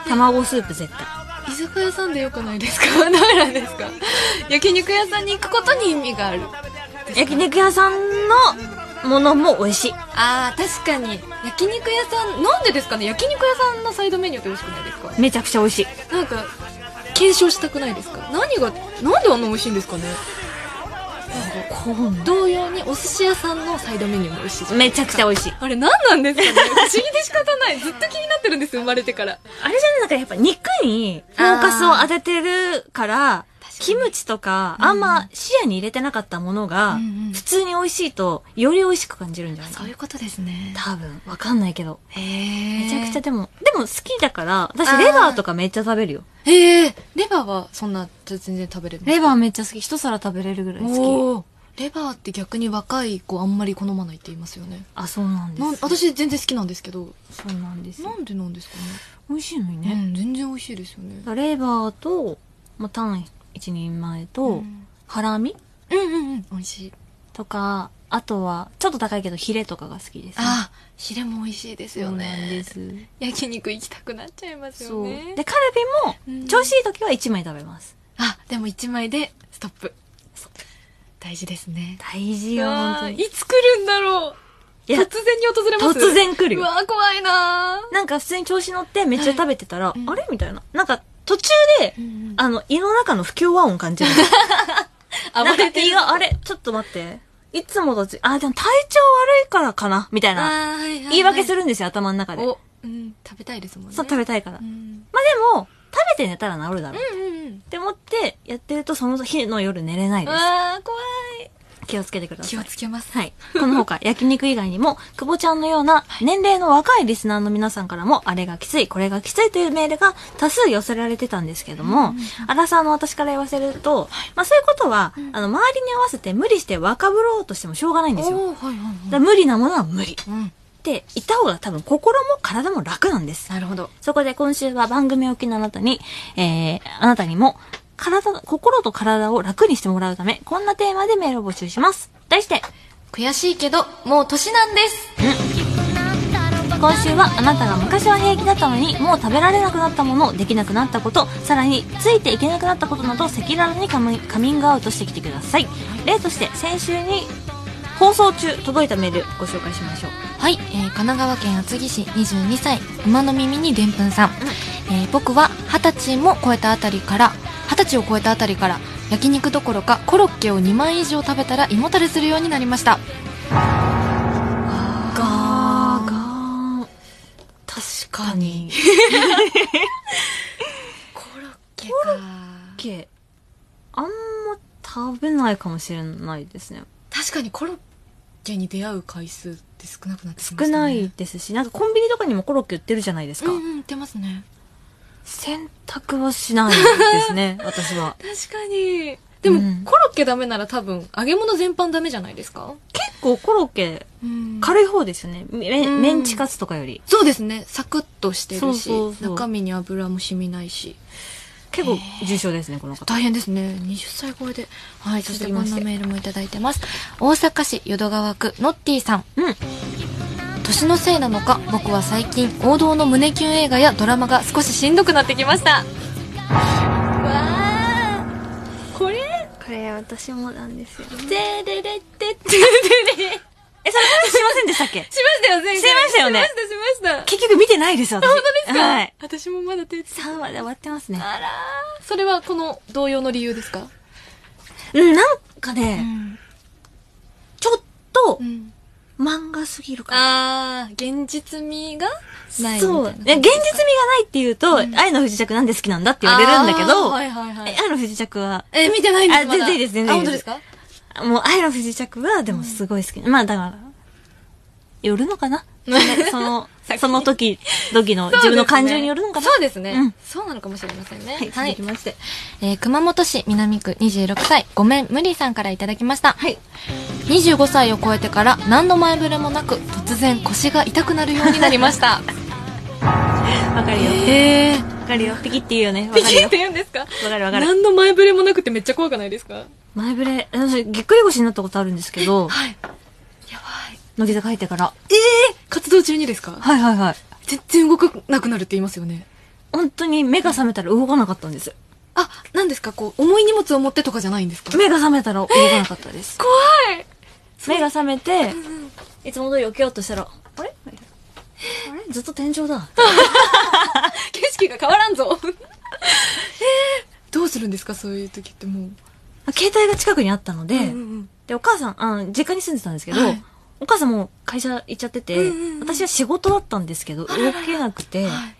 卵スープ絶対
居酒屋さんでよくないですか ダメなんですか焼肉屋さんに行くことに意味がある
焼肉屋さんのものも美味しい
あー確かに焼肉屋さんなんでですかね焼肉屋さんのサイドメニューって美味しくないですか
めちゃくちゃ美味しい
なんか継承したくないですか何がなんであんな美味しいんですかね
コーン
同様にお寿司屋さんのサイドメニューも美味しいじゃん
めちゃくちゃ美味しい
あれ何なんですかね不思議で仕方ないずっと気になってるんですよ生まれてから
あれじゃないなんかやっぱ肉にフォーカスを当ててるから、キムチとか、あんま視野に入れてなかったものが
うんうん、
普通に美味しいと、より美味しく感じるんじゃないか
そう
な
いうことですね
多分、わかんないけど。
へえ
めちゃくちゃ
ゃ
でも、でも好きだから、私
あー
レバーとかめっちゃ食べるよ。
へえレバーはそんな全然食べれる
レバーめっちゃ好き。一皿食べれるぐらい好き。
おーレバーって逆に若い子あんまり好まないって言いますよね
あ、そうなんです。
なん私全然好きなんですけど
そうなんですよ
な。んでなんですか
美味しいのに
ね
ね。
うん全然美味しいですよね
レバーと、まあ、タン一人前と、
うん
ハラミ
うんうんうん美味しい
とか、あとは、ちょっと高いけどヒレとかが好きです、ね。
あヒレも美味しいですよね
そうなんです。
焼肉行きたくなっちゃいますよね
で、カルビ
うん
も、調子いい時は1枚食べます。
あでも1枚でストップ大事ですね
大事
い
よ、
や
本当
ー
に。
いつ来るんだろう
い
突
や
然に訪れます
突然来る
う
よ
わ。ー怖いな
なんか普通に調子乗ってめっちゃ食べてたら、
いうん
あれみたいな。なんか途中で
ー、うん
あの、胃の中の不協和音感じる。
あ
なんか
い
胃が、あれちょっと待って。いつもとち、あ、でも体調悪いからかなみたいな。
あーはいはいはい
言い訳するんですよ、頭の中で。
お、うん、食べたいですもんね。
そう、食べたいから。
う
ま
ん。
あでも、食べて寝たら治るだろう。っ
うんうんうん。
て思って、やってるとその日の夜寝れないです。
あー、怖い。
気をつけてください。
気をつけます。
はい。この他、 焼肉以外にも、久保ちゃんのような年齢の若いリスナーの皆さんからも、あれがきつい、これがきついというメールが多数寄せられてたんですけども、荒、さんの私から言わせると、まあそういうことは、あの、周りに合わせて無理して若ぶろうとしてもしょうがないんですよ。
おー、はいはい
だから
はい。
無理なものは無理。
うん。
って言った方が多分心も体も楽なんです。
なるほど。
そこで今週は番組を機のあなたに、えー、あなたにも、体、心と体を楽にしてもらうため、こんなテーマでメールを募集します。題して、
悔しいけど、もう年なんです。
今週はあなたが昔は平気だったのにもう食べられなくなったものできなくなったことさらについていけなくなったことなど赤裸々にカミカミングアウトしてきてください例として先週に放送中届いたメールご紹介しましょう
はい、えー神奈川県厚木市22歳馬の耳にでんぷんさん、えー僕は20歳も超えたあたりから20歳を超えたあたりから焼肉どころかコロッケを2枚以上食べたら胃もたれするようになりました
ガーガー確かに
コロッケ
あ
か
んま食べないかもしれないですね
確かにコロッケに出会う回数って少なくなってきま
少
した
な
ね
いですしなんかコンビニとかにもコロッケ売ってるじゃないですか、
うんうん出ますね
選択はしないですね私は
確かにでも、
うん
コロッケダメなら多分揚げ物全般ダメじゃないですか、
結構コロッケ
うん
軽い方ですよね、メ
うん
メンチカツとかより
そうですねサクッとしてるし
そうそうそう
中身に油も染みないし
結構重症ですねこの方
大変ですね20歳超えではいそして
続き
こ
ま
ん
して
なメールもいただいてます大阪市淀川区のっティさん
うん
年のせいなのか僕は最近王道の胸キュン映画やドラマが少ししんどくなってきましたわ
これ
これ私もなんですよ
でででって
てててて
えそれ話しませんでしたっけ
しましたよ、前回。
しましたよね
しました、しました。
結局見てないです私
本当ですか
はい
私もまだ手つ。
3話で終わってますね
あらーそれはこの同様の理由ですか
うんなんか
う
ね、
ん。
ちょっと
うん。
漫画すぎるから。
あー、現実味がないみたいな。
そう。現実味がないって言うと、愛の不時着なんで好きなんだって言われるんだけ
あー
ど、
はいはいはい
え愛の不時着は、
え、見てないんです
あ全然いいです全然いいです
あ、本当ですか
もう愛の不時着は、でもすごい好き。まあだから、よるのか なその
先、に
その時、時の自分の感情によるのかな
そうですね。
うん
そうなのかもしれませんね。
はい、続きまして。
えー熊本市南区26歳、ごめん、無理さんからいただきました。
はい。
25歳を超えてから何の前触れもなく、突然腰が痛くなるようになりました。
わかるよ。
えー。
わかるよ。ピキって言うよね。わ
ピ
かる
キっ
よ
て。言うんですか
わかるわかる
何の前触れもなくてめっちゃ怖くないですか
前触れ、私、ぎっくり腰になったことあるんですけど、
はい。やばい。
乃木坂入ってから。
活動中にですか
はいはいはい。
全然動かなくなるって言いますよね。
本当に目が覚めたら動かなかったんです。
あ、何ですかこう、重い荷物を持ってとかじゃないんですか
目が覚めたら動かなかったです。
怖い
目が覚めて、いつも通り起きようとしたら、あれあれずっと天井だ。
景色が変わらんぞ えーどうするんですかそういう時ってもう。
携帯が近くにあったので、
うんうん
で、お母さん、あの、実家に住んでたんですけど、
はい
お母さんも会社行っちゃってて、
うんうんうん
私は仕事だったんですけど、動けなくて、
はい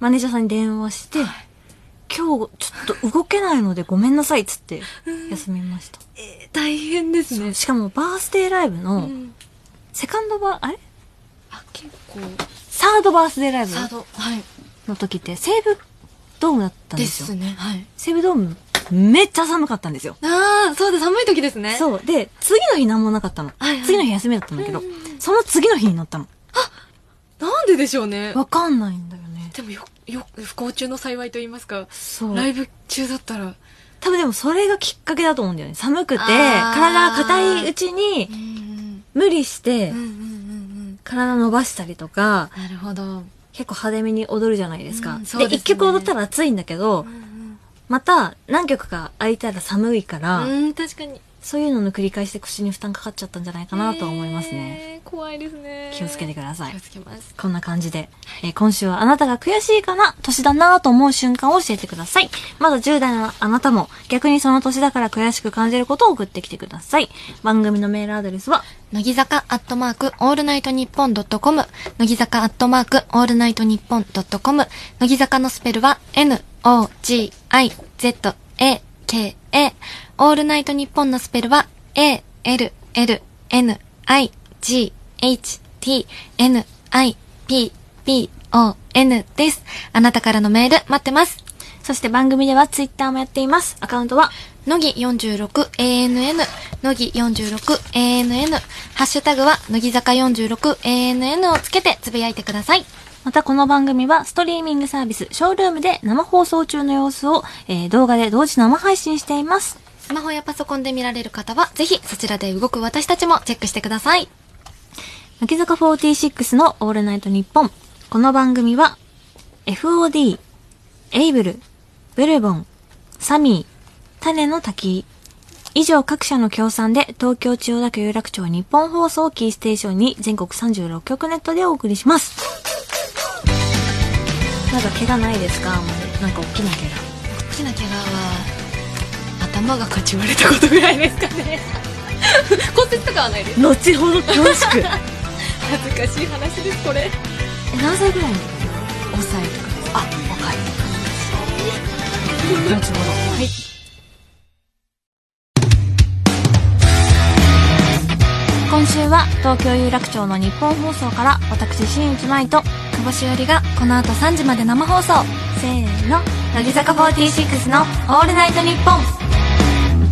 マネージャーさんに電話して、今日ちょっと動けないのでごめんなさいっつって
うん
休みました。
えー大変ですね。
しかもバースデーライブ
う
の、
ん
セカンドバー、あれ
あ、結構、
サードバースデーライブ
サード、はい。
の時って西武ドームだったん
で
ですよ
す。ね。はい。
西武ドーム、めっちゃ寒かったんですよ。
ああ、そうだ、寒い時ですね。う。
そう。で、次の日何もなかったの。
はいはい
次の日休みだったんだけど、
うんうん
その次の日になったの。
なんででしょうね。
わかんないんだよね。
でもよ、よ、不幸中の幸いと言いますか、
そう。
ライブ中だったら、
多分でもそれがきっかけだと思うんだよね。寒くて、
あー
体が硬いうちに
うんうん、
無理して
うんうん、うん
体伸ばしたりとか、
うん。なるほど。
結構派手めに踊るじゃないですか。
うんそう
で、
ですね
一曲踊ったら暑いんだけど
う、ん
また何曲か空いたら寒いから、
うん、うん、確かに。
そういうのの繰り返しで腰に負担かかっちゃったんじゃないかなとは思いますね。
えー。怖いですね。
気をつけてくださ
気を
い。
つけます。
こんな感じで、えー今週はあなたが悔しいかな、年だなと思う瞬間を教えてください。まだ10代のあなたも、逆にその年だから悔しく感じることを送ってきてください。番組のメールアドレスは、
乃木坂アットマークオールナイトニッポンドットコム。乃木坂アットマークオールナイトニッポンドットコム。乃木坂のスペルは N-O-G-I-Z-A-K-A。オールナイトニッポンのスペルは A-L-L-N-I-G-H-T-N-I-P-P-O-N です。あなたからのメール待ってます。
そして番組ではツイッターもやっています。アカウントは、
乃木 46ANN、乃木 46ANN、ハッシュタグは乃木坂 46ANN をつけてつぶやいてください。
またこの番組はストリーミングサービス、ショールームで生放送中の様子を、えー動画で同時生配信しています。
スマホやパソコンで見られる方は、ぜひそちらで動く私たちもチェックしてください。
乃木坂46のオールナイトニッポン。この番組は、FOD、エイブル、ブルボン、サミー、種の滝。以上各社の協賛で東京千代田区有楽町日本放送をキーステーションに全国36局ネットでお送りします。なんか怪我ないですかあんまりなんか大きな怪我。
大きな怪我は、頭がかち割れたことぐらいですかね。 骨折とかはないで す。
後ほど詳し く。え、
恥ずかしい話です、これ。
何歳ぐらいの
5歳とかです。
あ、若い。後ほど。はい。今週は東京有楽町の日本放送から私新内舞と
久保しおりが、この後3時まで生放送。
せーの乃木坂46の「オールナイトニッポン」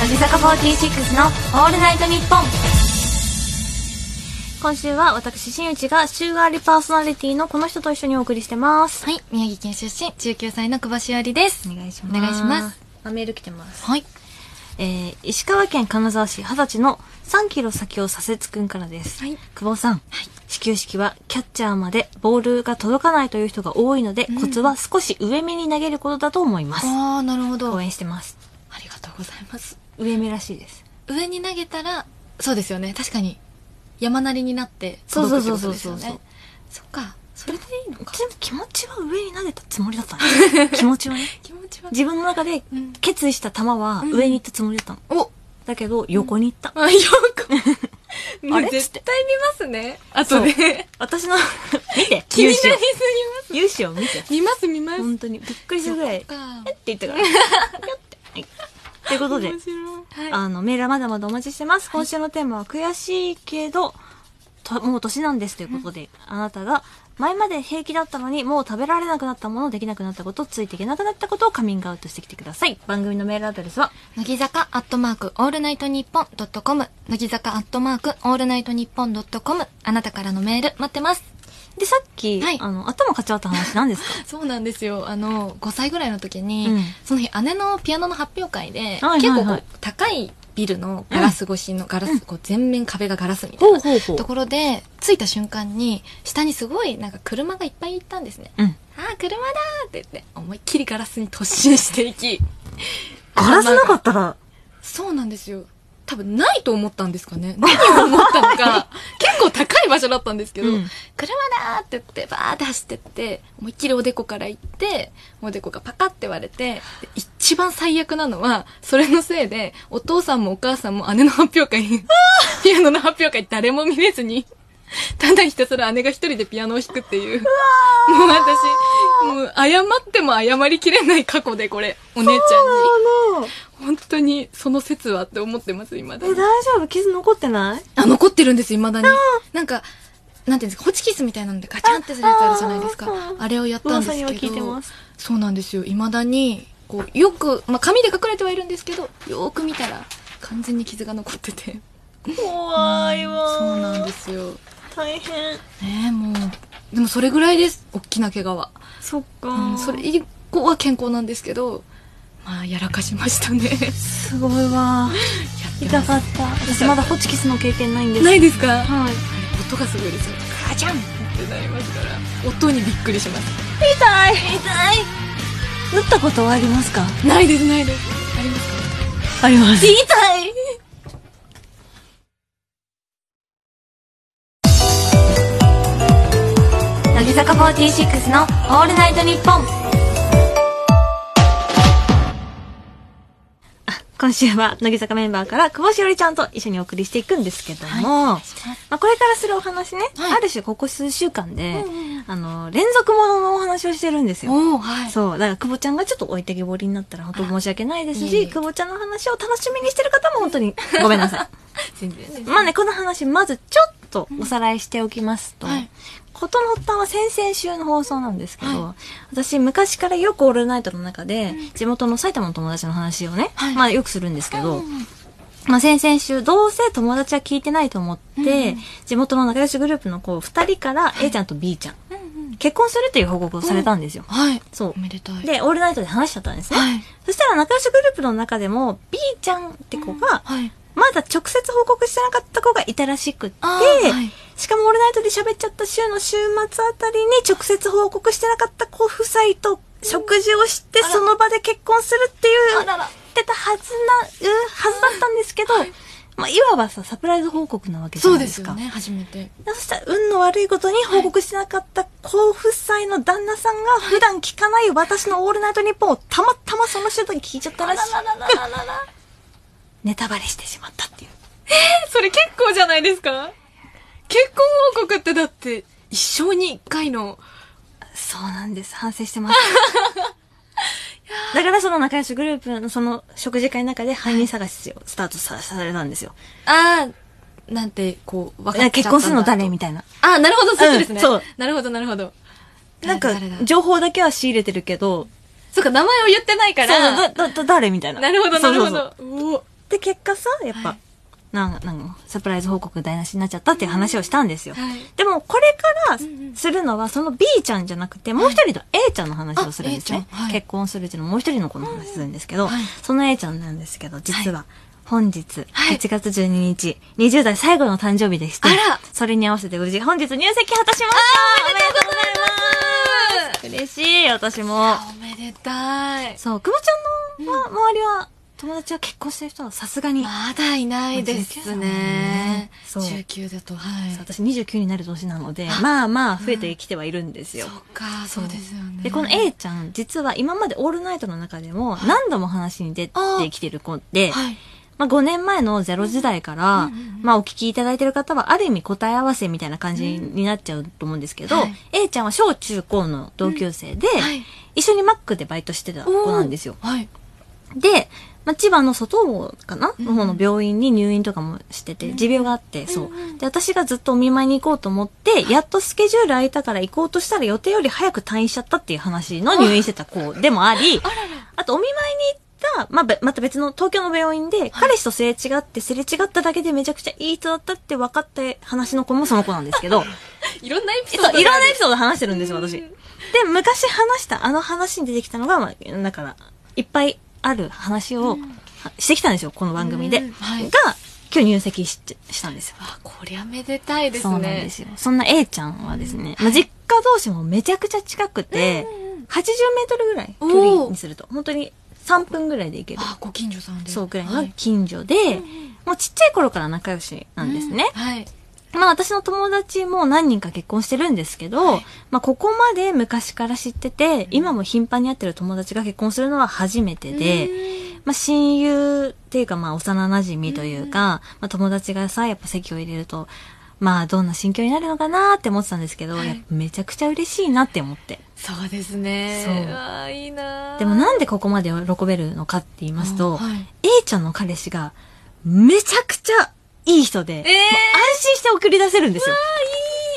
乃木坂46の「オールナイトニッポン」今週は私新内が週替わりパーソナリティのこの人と一緒にお送りしてます
はい、宮城県出身、19歳の久保しおりです。
お願いし
お願いしま
ますあメール来てます
はい。
えー、石川県金沢市二十歳の3キロ先を左折くんからです。
はい
久保さん、始球式はキャッチャーまでボールが届かないという人が多いので、コツは少し上目に投げることだと思います。
あー、なるほど。
応
あ
援してます。
りがとうございます。
上目らしいです。
上に投げたらそうですよね確かに山なりになって
そうそう
届くって
そう
こと
そう
ですよね
そうそう
そっかそれでいいのか
私も気持ちは上に投げたつもりだったん です気持ちはね。
気持ちは
自分の中で
うん
決意した球は上に行ったつもりだったの。
お
だけど、横に行った。
あ、よく。
あれ
絶対見ますね。あ
そ
と
う
で。
私の、見て、
気にな
勇
りす
姿
ぎ
を
ま。す。
勇姿を見て。
見ます、見ます。
本当にびっくりするぐらい、えっ
か
て言ったから。ぴょって。はい。ということで
面、白い。は
あの、メールはまだまだお待ちしてます。今週のテーマは悔しいけど、ともう年なんですということで、あなたが前まで平気だったのにもう食べられなくなったもの、できなくなったこと、ついていけなくなったことをカミングアウトしてきてください。番組のメールアドレスは、
い。乃木坂アットマークオールナイトニッポンドットコム。乃木坂アットマークオールナイトニッポンドットコム。あなたからのメール待ってます。
で、さっき、
はい
あの、頭買っちゃった話何ですか
そうなんですよ。あの、5歳ぐらいの時に、
うん
その日姉のピアノの発表会で、
はいはいはい
結構こう高いビルのガラス越しのガラス、こう全面壁がガラスみたいな
うほ
ところで、着いた瞬間に、下にすごいなんか車がいっぱい行ったんですね。
うん。
ああ、車だーって言って、思いっきりガラスに突進していき。
ガラスなか
っ
ったら、
そうなんですよ。多分ないと思ったんですかね。何を思った のか。結構高い場所だったんですけど、
うん
車だーって言って、バーって走ってって、思いっきりおでこから行って、おでこがパカって割れて、で一番最悪なのは、それのせいで、お父さんもお母さんも姉の発表会 に、ピアノの発表会誰も見れずに、ただひたすら姉が一人でピアノを弾くっていう。もう私、もう謝っても謝りきれない過去でこれ、お姉ちゃんに。
あの、
本当にその説はって思ってます、未だ
え、大
に。
丈夫傷残ってない
あ、残ってるんです、未だに。なんか、なんていうんですか、ホチキスみたいなのでガチャンってするやつあるじゃないですか
ああ。
あれをやったんです
噂
け
に
ど。
は聞いてます。
そうなんですよ、未だに、こう、よく、まあ、紙で隠れてはいるんですけど、よーく見たら、完全に傷が残ってて。
怖いわー
そうなんですよ。
大変。
ねえ、もう。でもそれぐらいです、大きな怪我は。
そっか
う
ー
ん、それ以降は健康なんですけど、まあ、やらかしました ね。やって
すごい わー
ます
痛かった。私まだホチキスの経験ないんです。
ないですか
はい。
音がすごいですよガチャンってなりますから音にびっくりします
痛い痛い打ったことはありますか
ないですないですありますか
あります。痛い乃木坂46のオールナイトニッポン。今週は乃木坂メンバーから久保しおりちゃんと一緒にお送りしていくんですけども、まあ、これからするお話ね、
はい
ある種ここ数週間で、
うんうんうん
あの、連続もののお話をしてるんですよ。
おおはい
そう。だから、久保ちゃんがちょっと置いてけぼりになったら、本当申し訳ないです
いえいえ
し、久保ちゃんの話を楽しみにしてる方も本 当にごめんなさ
全然です
い。まあね、この話、まずちょっとおさらいしておきますと、
はい
ことの発端は先々週の放送なんですけど、
は
私、昔からよくオールナイトの中で、地元の埼玉の友達の話をね、
はい
まあよくするんですけど、
うん
まあ、先々週、どうせ友達は聞いてないと思って、
うん
地元の仲良しグループの子2人から、A ちゃんと B ちゃん、
うんうん
結婚するという報告をされたんですよ。
はい
そ。
おめでたいう
で、オールナイトで話しちゃったんですね。
はい
そしたら仲良しグループの中でも、B ちゃんって子が、
はい
まだ直接報告してなかった子がいたらしくって、
あーはい
しかもオールナイトで喋っちゃった週の週末あたりに直接報告してなかった子夫妻と食事をして、
あら
その場で結婚するっていう、
あらら
ってたはずな、うはずだったんですけど、まあ、いわばさ、サプライズ報告なわけじゃ
そ
な
う
いで
です
す
よ
か。
ね初めて
そしたら、運の悪いことに報告してなかった、甲夫妻の旦那さんが、普段聞かない私のオールナイトニッポンをたまたまその瞬間に聞いちゃったらしい。ネタバレしてしまったっていう。
それ結構じゃないですか結婚報告ってだって一生に一回の
そうなんです。反省してます。 だからその仲良しグループのその食事会の中で犯人探しをスタートさされたんですよ。
ああなんてこう分かっちゃったんだ
結婚するの誰みたいな。
ああなるほどそういうことです
うん
ね
そう
なるほどなるほど
なんか
誰だ、
情報だけは仕入れてるけど、
そうか名前を言ってないから
そう、だ、だ、誰みたいな。
なるほど、
そ
な
う
る
そう
ほ
そう
ど。おお
で、結果さ、やっぱ、
はい
なんか、なんか、サプライズ報告台無しになっちゃったっていう話をしたんですよ。
はい
でも、これから
んうん
するのは、その B ちゃんじゃなくて、もう一人の A ちゃんの話をするんですね。
あ A ちゃんはい
結婚するうちのもう一人の子の話するんですけど、
うんはい
その A ちゃんなんですけど、実は、本日、
はい
1月12日、20代最後の誕生日でして
あら、
それに合わせて無事、本日入籍果たしましたおめでとうございます嬉しい、私も。
おめでたい。
そう、久保ちゃんのま周りは、友達は結婚してる人はさすがに、
まだいないですね。
まあ19だもんね
19だと、はい。
そう私29になる年なので、まあまあ増えてきてはいるんですよ。
そっか、そうですよね。
で、この A ちゃん、実は今までオールナイトの中でも何度も話に出て
あー
きてる子で、
はい。
まあ5年前のゼロ時代から、
うんうんうんうん
まあお聞きいただいてる方はある意味答え合わせみたいな感じになっちゃうと思うんですけど、
うんはい
A ちゃんは小中高の同級生で、
はい。
一緒にマックでバイトしてた子なんですよ。
はい。
で、まあ、千葉の外房かな、
うん
の方の病院に入院とかもしてて、持病があって、そうう。で、私がずっとお見舞いに行こうと思って、やっとスケジュール空いたから行こうとしたら予定より早く退院しちゃったっていう話の入院してた子でもあり、
あらら。
あとお見舞いに行った、まあべ、また別の東京の病院で、彼氏とすれ違って、すれ違っただけでめちゃくちゃいい人だったって分かって話の子もその子なんですけ ど、
いろんなエピソード
そう、
が
いろん
あ
な
る
エピソード話してるんですよ、
うん
私。で、昔話した、あの話に出てきたのが、まあ、だから、いっぱいある話を、
うん
はしてきたんですよ、この番組で。
うんはい
が、今日入籍ししたんですよ。
わこりゃめでたいですね。
そうなんですよ。そんな A ちゃんはですね、まあ、実家同士もめちゃくちゃ近くて、80メートルぐらい距離にすると、本当に3分ぐらいで行ける。
あ、ご近所さんで。
そうぐらい
は
の
い
近所で、もうちっちゃい頃から仲良しなんですね。
うんはい。
まあ私の友達も何人か結婚してるんですけど、
はい
まあここまで昔から知ってて、今も頻繁に会ってる友達が結婚するのは初めてで、
うん
まあ親友っていうかまあ幼馴染というか、まあ友達がさ、やっぱ席を入れると、まあどんな心境になるのかなって思ってたんですけど、
はい
やっぱめちゃくちゃ嬉しいなって思って。
そうですね。
そう
わあ、いいなあ
でもなんでここまで喜べるのかって言いますと、
うんはい
A ちゃんの彼氏がめちゃくちゃいい人で、
ええ
安心して送り出せるんですよ。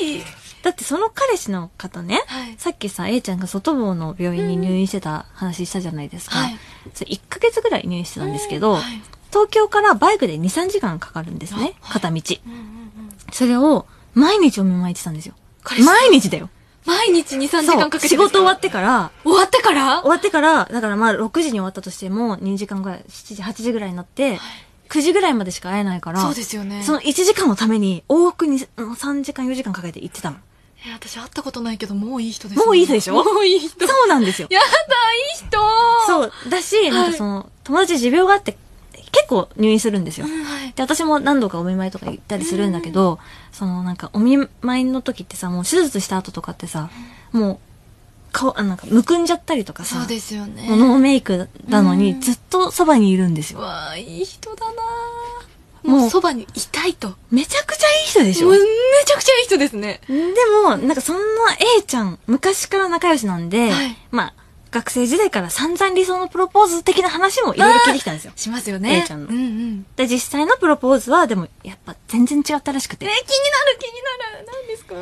ー、いい
だってその彼氏の方ね、
はい
さっきさ、A ちゃんが外房の病院に入院してた話したじゃないですか。
はい
それ1ヶ月ぐらい入院してたんですけど、
うんはい
東京からバイクで2、3時間かかるんですね。
あはい
片道。
うんうんうん
それを毎日お見舞い行ってたんですよ。
彼氏
毎日だよ。
毎日2、3時
そう
間かけて。
仕事終わっ。てから、
終わってから
終わってから、だからまあ6時に終わったとしても2時間ぐらい、7時、8時ぐらいになって、9時ぐらいまでしか会えないから、
そうですよね。
その1時間のために往復にうん3時間4時間かけて行って たの。
えー私会ったことないけど、もういい人ですね、
もういいでしょ
もういい人。
そうなんですよ。
やだ、いい人う。
そう。だし、なんかその、友達持病があって、結構入院するんですよ。
ん、はい。
で、私も何度かお見舞いとか行ったりするんだけど、そのなんかお見舞いの時ってさ、もう手術した後とかってさ、もう、顔、あなんかむくんじゃったりとか
そ
さ
う、ですよね。
もうノーメイクなの
う
に
ん
ずっとそばにいるんですよ。
わあ、いい人だなあ
もう
もうそばにいたいと。も
めちゃくちゃいい人で
う
しょ
めちゃくちゃいい人ですね。
でも、なんかそんな A ちゃん、昔から仲良しなんで、
はい
まあ、学生時代から散々理想のプロポーズ的な話もいろいろ聞いてきたんですよ。
しますよね。
A ちゃんの
うんうん。
で、実際のプロポーズは、でも、やっぱ全然違ったらしくて。
えー、気になる気になる。何ですか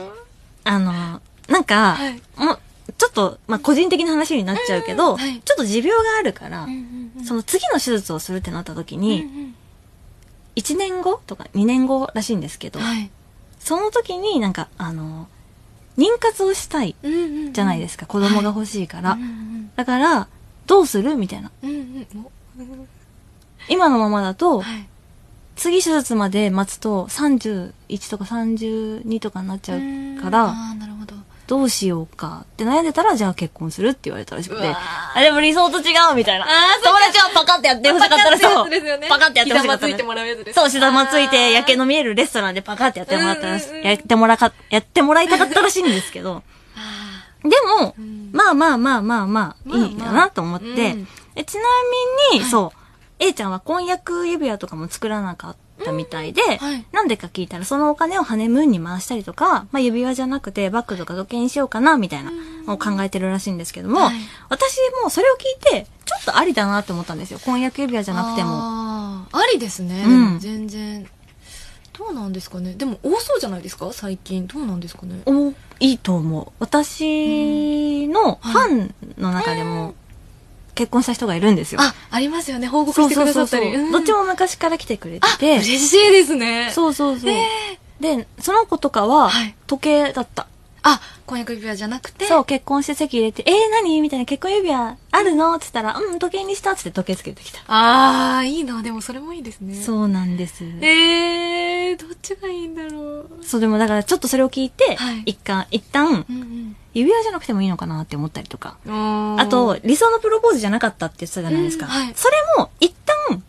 あの、なんか、
はい
もう、ちょっと、まあ、個人的な話になっちゃうけど、
うんはい
ちょっと持病があるから、
ん
その次の手術をするってなった時
うん
に、
うん
1年後とか2年後らしいんですけど、
はい。
その時になんか、あの、妊活をしたい
うんうんうん
じゃないですか、子供が欲しいから。
うんうん
だから、どうするみたいな。
うんうんおうん
今のままだと、
はい。
次手術まで待つと31とか32とかになっちゃうから、
うんああ、なるほど。
どうしようかって悩んでたら、じゃあ結婚するって言われたらしく
う
て
わ。
あ、でも理想と違うみたいな。
あーそっ
友
か
達はパカってやってほしかったらそ
パカってやつ
う
ですよね。。
パカってやってほしかった
ひざまついても
ら。
らうやつです。
そう、しざまついて、夜景
の。
の見えるレストランでパカってやってもらったらし
うんうんうん
やってもらか、やってもらいたかったらしいんですけど。
あ
でも
うん、
まあまあまあまあまあ、いい
まあ
か
まあ
なと思って。
うん
えちなみに、そう、A ちゃんは婚約指輪とかも作らなかったみたいで、
はい
なんでか聞いたら、そのお金をハネムーンに回したりとか、まあ、指輪じゃなくてバッグとか時計にしようかな、みたいなのを考えてるらしいんですけども、
はい
私もそれを聞いて、ちょっとありだなって思ったんですよ。婚約指輪じ
ー
ゃなくても。
あーありですね。
うん
でも全然。どうなんですかね。でも多そうじゃないですか最近。どうなんですかね。
おいいと思う。私のファンの中でも、結婚した人がいるんですよ。
あ、ありますよね。報告してくださったり。うん
どっちも昔から来てくれ
あ
て、て。
嬉しいですね。
そうそうそう。
え
で、その子とかは
はい、
時計だった。
あ、婚約指輪じゃなくて。
そう、結婚して席入れて、えー、何みたいな、結婚指輪あるのって言ったら、うん、時計にしたっつって時計つけてきた。
ああ、いいな。でもそれもいいですね。う。
そうなんです。
えー、どっちがいいんだろう。
そう、でもだからちょっとそれを聞いて
はい、
一旦、一旦
う、んうん。
指輪じゃなくてもいいのかなって思ったりとか。あ
あ
と、、理想のプロポーズじゃなかったって言ってたじゃないですか。
うんはい
それも、一旦、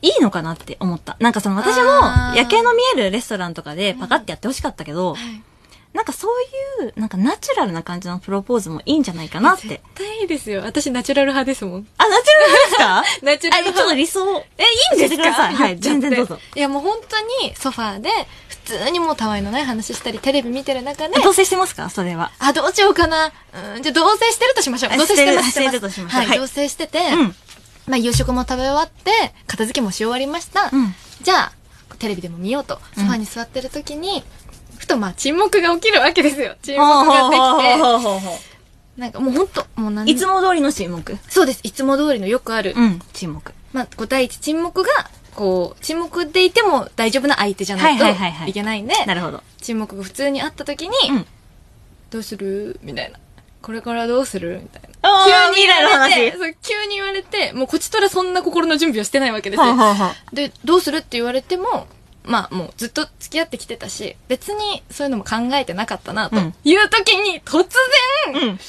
いいのかなって思った。なんかその私も
あー
夜景の見えるレストランとかでパカってやってほしかったけど、
はい
なんかそういう、なんかナチュラルな感じのプロポーズもいいんじゃないかなっ
絶
て。
対いいですよ。私ナチュラル派ですもん。
あ、ナチュラルですか
ナチュラル
あ、ちょっと
派。
理想。え、
い
いんですかは
言
い、
っちゃっ
全
て
然どうぞ。。
いやもう本当にソファーで、普通にもうたわいのない話したり、テレビ見てる中で、
同棲してますかそれは。
あ、どうしようかな。うん、じゃあ同棲してるとしましょう。
あ
同棲してます。
してるしてるとしましょう
はい、
はい
同棲してて、
うん。
まあ夕食も食べ終わって、片付けもし終わりました。
うん
じゃあ、テレビでも見ようと、ソファーに座ってる時に、ふとまあ沈黙が起きるわけですよ。沈黙ができて、
うほうほ
なんかもうほんと、もう何
ういつも通りの沈黙。
そうです。いつも通りのよくある。
うん、沈黙。
まあ、こう第一沈黙が、こう、沈黙でいても大丈夫な相手じゃないと
はいはいはいはい
いけないんで、
なるほど。
沈黙が普通にあった時に、
うん
どうするみたいな。これからどうするみたいな。
急に
言
なる
われて
話。
そう急に言われて、もうこっちとらそんな心の準備をしてないわけです
は
よ
あ。はあはあ
で、どうするって言われても、まあもうずっと付き合ってきてたし、別にそういうのも考えてなかったな、と
うん
いう時に突然、
うん。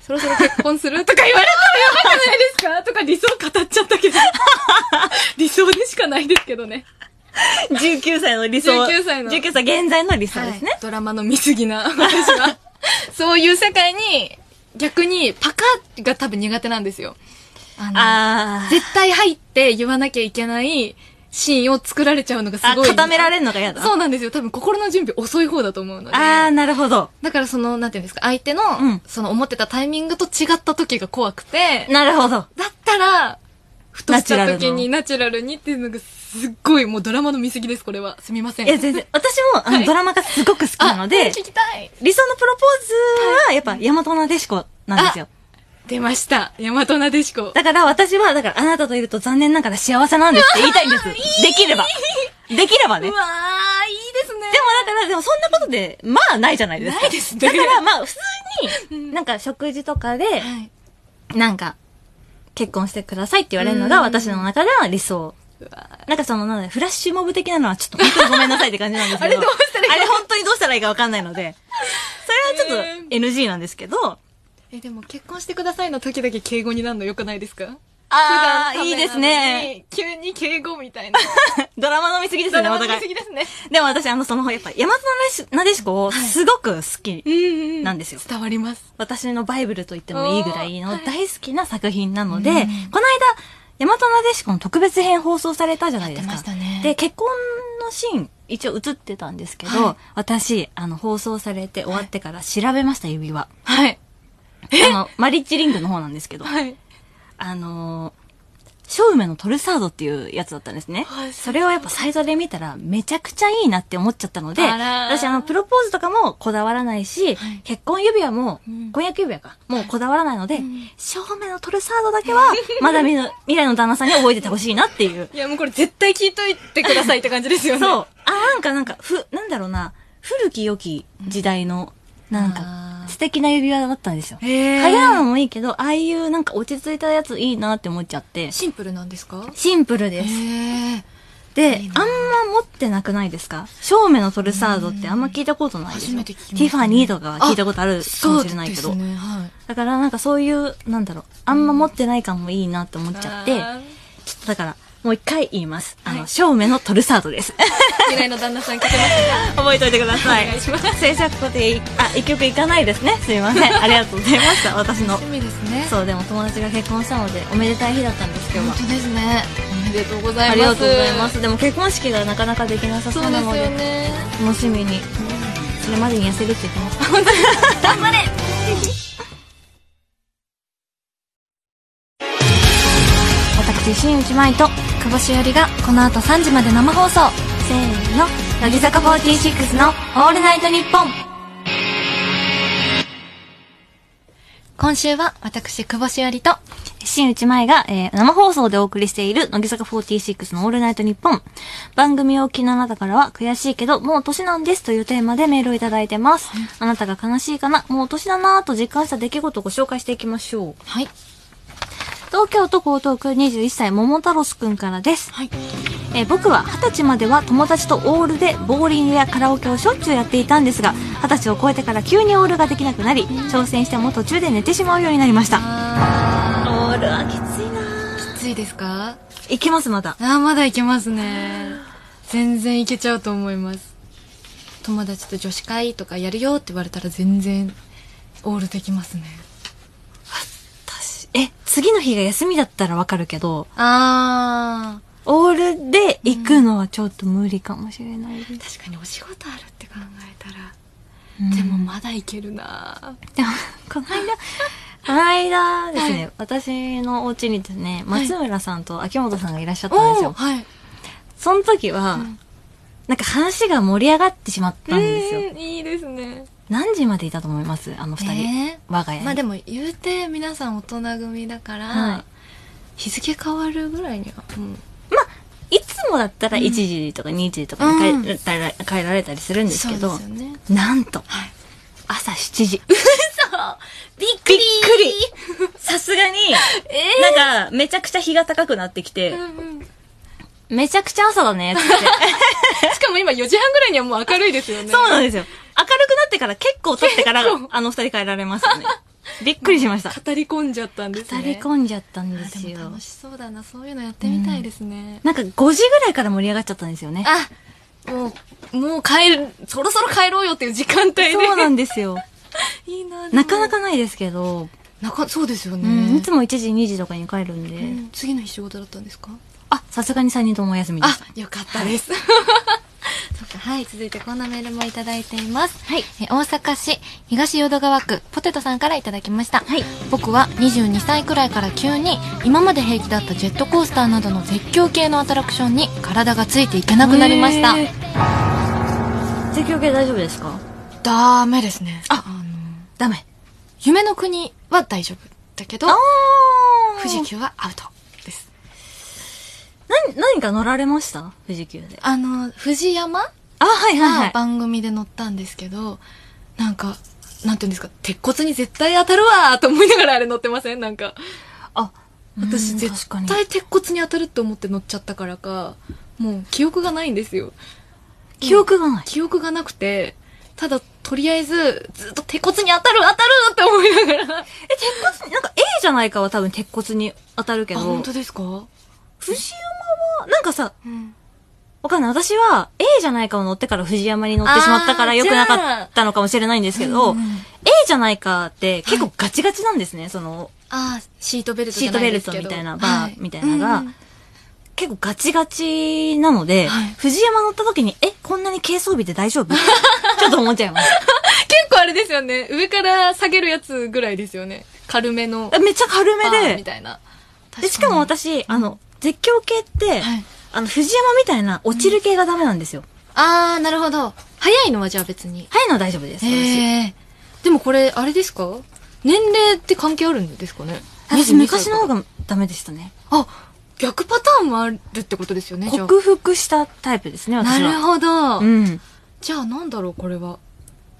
そろそろ結婚するとか言われたらやばくないですか とか理想語っちゃったけ ど。理想でしかないですけどね。
19歳の理想。
19歳の
19歳現在の理想ですね。
ドラマの見過ぎな、私は。 そういう世界に、逆にパカッが多分苦手なんですよ。あの
あー。
絶対入って言わなきゃいけないシーンを作られちゃうのがす
あ、
ごい。
固められるのが嫌だ。
そうなんですよ。多分心の準備遅い方だと思うので。
あー、なるほど。
だからその、なんていうんですか、相手の、
うん
その思ってたタイミングと違った時が怖くて、
なるほど。
だったら、ふと
ナ
した
チュラ
時
ルの
にナチュラルにっていうのがすっごいもうドラマの見過ぎです、これは。すみません。
いや、全然。私も、あ
は
の、
い
ドラマがすごく好きなの
あ
で
聞、きたい。
理想のプロポーズは、やっぱ、大和なでしこなんですよ。
出ました。大和なで しこ。
だから私は、だから、あなたといると残念ながら幸せなんですっ て言いたいんです。できれば。できれば
うわー、い
ね
い。で
で
すね。
もだから、でもそんなことで、まあないじゃないですか。
ないですね
だからまあ普通
う
に、
ん
なんか食事とかで、
はい。
なんか、結婚してくださいって言われるのが
うん
私の中では理想。
うわ
なんかその、なんだ、フラッシュモブ的なのはちょっと本当にごめんなさいって感じなんですけど。
あれどうしたらいいか
あれ本当にどうしたらいいかわかんないので。それはちょっと NG なんですけど。
ーえ、でも結婚してくださいの時だけ敬語になるの良くないですか
あ
普段
あ、
ため
いい
なのに
ですね。。
急に敬語みたいな。
ドラマの見過ぎです
ド
ね、
ラ
お
マの見
互
過
い。
ぎですね。
でも私、あの、その、やっぱ、山田なでしこをすごく好き。
うんう
なんですよ
伝わります。
私のバイブルと言ってもいいぐらいの
おーはい
大好きな作品なので、
うん
この間、大和なでしこの特別編放送されたじゃないですか。
やってましたね
で、結婚のシーン、一応映ってたんですけど、
はい
私、あの、放送されて終わってから調べました、指輪。
はい。
あの、マリッジリングの方なんですけど、
はい。
あのー、ショウメのトルサードっていうやつだったんですね
はい。
それをやっぱサイトで見たらめちゃくちゃいいなって思っちゃったので、
あらー
私あのプロポーズとかもこだわらないし、
はい
結婚指輪も、
うん
婚約指輪か、もうこだわらないので、
ん
ショウメのトルサードだけ は、まだ見ぬ未来の旦那さんに覚えててほしいなっていう。
いや、もうこれ絶対聞いといてくださいって感じですよね。
そう。あ、なんかなんか、ふ、なんだろうな、古き良き時代の、なん
あ
か
ー、
素敵な指輪だったんですよ。
へー
流行るのもいいけど、ああいうなんか落ち着いたやついいなって思っちゃって、
シンプルなんですか
シンプルです。
え。
で、
いい
あ
なん
ま持ってなくないですか正面のトルサードってあんま聞いたことないですよ。
うん初めて聞きました
ティファニーとかは聞いたことあるかもしれないけ
そ
ど。
うですね、はい。
だからなんかそういう、なんだろう、あんま持ってない感もいいなって思っちゃって、ちょ
あ
っとだから、もう一回言います。あ
は
の、
い
正面のトルサード です。
ー。未来の旦那さ ん来てます
覚えておいてください。。
お願いします
制作固定、あ、一曲いかないですね。すみません。 ありがとうございました。私
か
の
楽。しみですね。
そう、でも友達が結婚したので、おめでたい日だったんです、今日は
本。当ですね。おめでとうございます。
ありがとうございま。す。でも結婚式がなかなかできなさ
そ
そうう
で
な
す
の
よ
で、
ね。
楽しみに。それまでに痩せるって言ってました。
頑張れ
私、新内舞と、
久保しおりがこの後3時まで生放送。
せーの、乃木坂46のオールナイトニッポン。
今週は私、久保しおりと、
新内舞が、えー生放送でお送りしている乃木坂46のオールナイトニッポン。番組をお聞きのあなたからは悔しいけど、もう年なんですというテーマでメールをいただいてます。あなたが悲しいかな、もう年だなぁと実感した出来事をご紹介していきましょう。
はい。
東京都江東区21歳桃太郎くんからです。
はい。
えー僕は20歳までは友達とオールでボーリングやカラオケをしょっちゅうやっていたんですが、20歳を超えてから急にオールができなくなり、挑戦しても途中で寝てしまうようになりました。オ
あ
ールはきついな
ー、きついですか
いけます、まだ。
あー、まだいけますね。全然いけちゃうと思います。友達と女子会とかやるよって言われたら全然オールできますね。
私え、次の日が休みだったらわかるけど、
あ
オールで行くのはちょっと無理かもしれないです。
ー、確かにお仕事あるって考えたら、
うん
でもまだいけるな
でも、 この間、この間ですね、
は
私のお家にですね、
はい
松村さんと秋元さんがいらっしゃったんです
お
よ
お。はい。
その時は、
ん
なんか話が盛り上がってしまったんですよ。
うんいいですね。
何時までいたと思いますあの二人。
ね
我が家に。
まあでも言うて皆さん大人組だから、
はい
日付変わるぐらいにはもう
いつもだったら
うん
1時とか2時とかに帰,、
うん
ら帰られたりするんですけど
そう、ですよね
なんと、
はい
朝7時。
びっ
びっくり さすがに、なんか、めちゃくちゃ日が高くなってきて、めちゃくちゃ朝だ ね、つって。
しかも今4時半ぐらいにはもう明るいですよね
そうなんですよ。明るくなってから、結構経ってから
結構、
あの二人帰られましたね。びっくりしました。
語り込んじゃったんです
語
ね
り込んじゃったんです
あで
よ
も楽。しそうだなそういうのやってみたいですね、
なんか5時ぐらいから盛り上がっちゃったんですよね。
あもうもう帰るそろそろ帰ろうよっていう時間帯で
そうなんですよ。
いいなで も
なかなかないですけど、
なかそうですよね、
うん、いつも1時、2時とかに帰るん
う
で、
ん次の日仕事だったんですか
あ、さすがに3人ともお休みで
あ
す。、
よかったです。 そっか、はい、続いてこんなメールもいただいています。
はい。
え大阪市東淀川区ポテトさんからいただきました。
はい。
僕は22歳くらいから急に今まで平気だったジェットコースターなどの絶叫系のアトラクションに体がついていけなくなりました。
えー。絶叫系大丈夫ですか
ダメですね。あ、の、
ダメ。
夢の国は大丈夫だけど、富士
富士
急はアウトです。
何、何か乗られました富士急で。
あの、富士山
あ、はいはいは。
はい番組で乗ったんですけど、なんか、なんていうんですか、鉄骨に絶対当たるわーと思いながらあれ乗ってませんなんか。
あ、
私
うん
絶
確かに
対鉄骨に当たるって思って乗っちゃったからか、もう記憶がないんですよ。
記憶がない。
記憶がなくて、ただとりあえずずっと鉄骨に当たる当たるって思いながら。
え、鉄骨、なんか A じゃないかは多分鉄骨に当たるけ
あ、
ど、
本当ですか
富士山は、なんかさ、
うん。
わかんない。私は A じゃないかを乗ってから富士山に乗ってしまったから
あー
良くなかったのかもしれないんですけど、
うんうん
A じゃないかって結構ガチガチなんですね。その、
あーシートベルト
シ
じ
ー
ゃ
ト
な
ベ
いで
ル
す
ト
けど
みたいな、バーみたいなのが、
はいうん
結構ガチガチなので、
はい
富士山乗った時に、え、こんなに軽装備で大丈夫 ちょっと思っちゃいまし
結構あれですよね。上から下げるやつぐらいですよね。軽めの
た。。めっちゃ軽め
パーみ
で、
たいな。
でしかも
確
私、あの、絶叫系って、
に、はい。
あの、富士山みたいな落ちる系がダメなんですよ。
あー、なるほど。早いのはじゃあ別に。
早いのは大丈夫です。私
へえ。でもこれ、あれですか年齢って関係あるんですかね
私昔の方
が。
がダメでしたね。
あ、逆パターンもあるってことですよね、じゃあ。
克服したタイプですね、
な
私は。
るほど。
うん。
じゃあなんだろう、これは。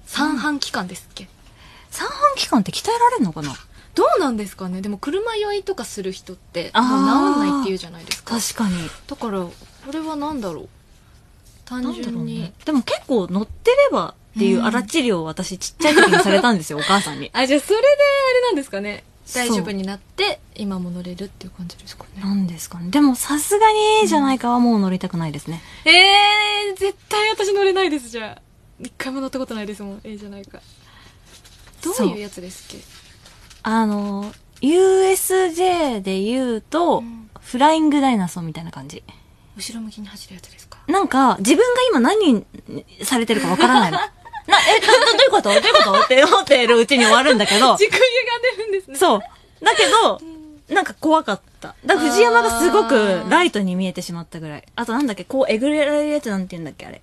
三半期間ですっけ、
三半期間って鍛えられるのかな
どうなんですかねでも車酔いとかする人って、
あー
もう治んないって言うじゃないですか。
確かに。
だから、これはなんだろう。単
なんだろ
純
う
に。
ね。でも結構乗ってればっていう
うん
荒治療を私ちっちゃい時にされたん ですよ、お母さんに。
あ、じゃあそれであれなんですかね。
そう
大丈夫になって、今も乗れるっていう感じですかね。
なんですかね。でもさすがに A じゃないかはもう乗りたくないですね。
えー、絶対私乗れないです、じゃあ。一回も乗ったことないですもん、ええじゃないか。どう
そ
いう
う
やつですっけ
あの、USJ で言うと、
うん
フライングダイナソーみたいな感じ。
後ろ向きに走るやつですか
なんか、自分が今何にされてるかわから ないの。な、え、どどどういうことどういうことって思ってるうちに終わるんだけ ど。
軸歪んでるんですね。う。
そう。だけど、なんか怖かった。だから藤山がすごくライトに見えてしまったぐらい。あとなんだっけ、こうえぐれられるやつなんて言うんだっけ、あれ。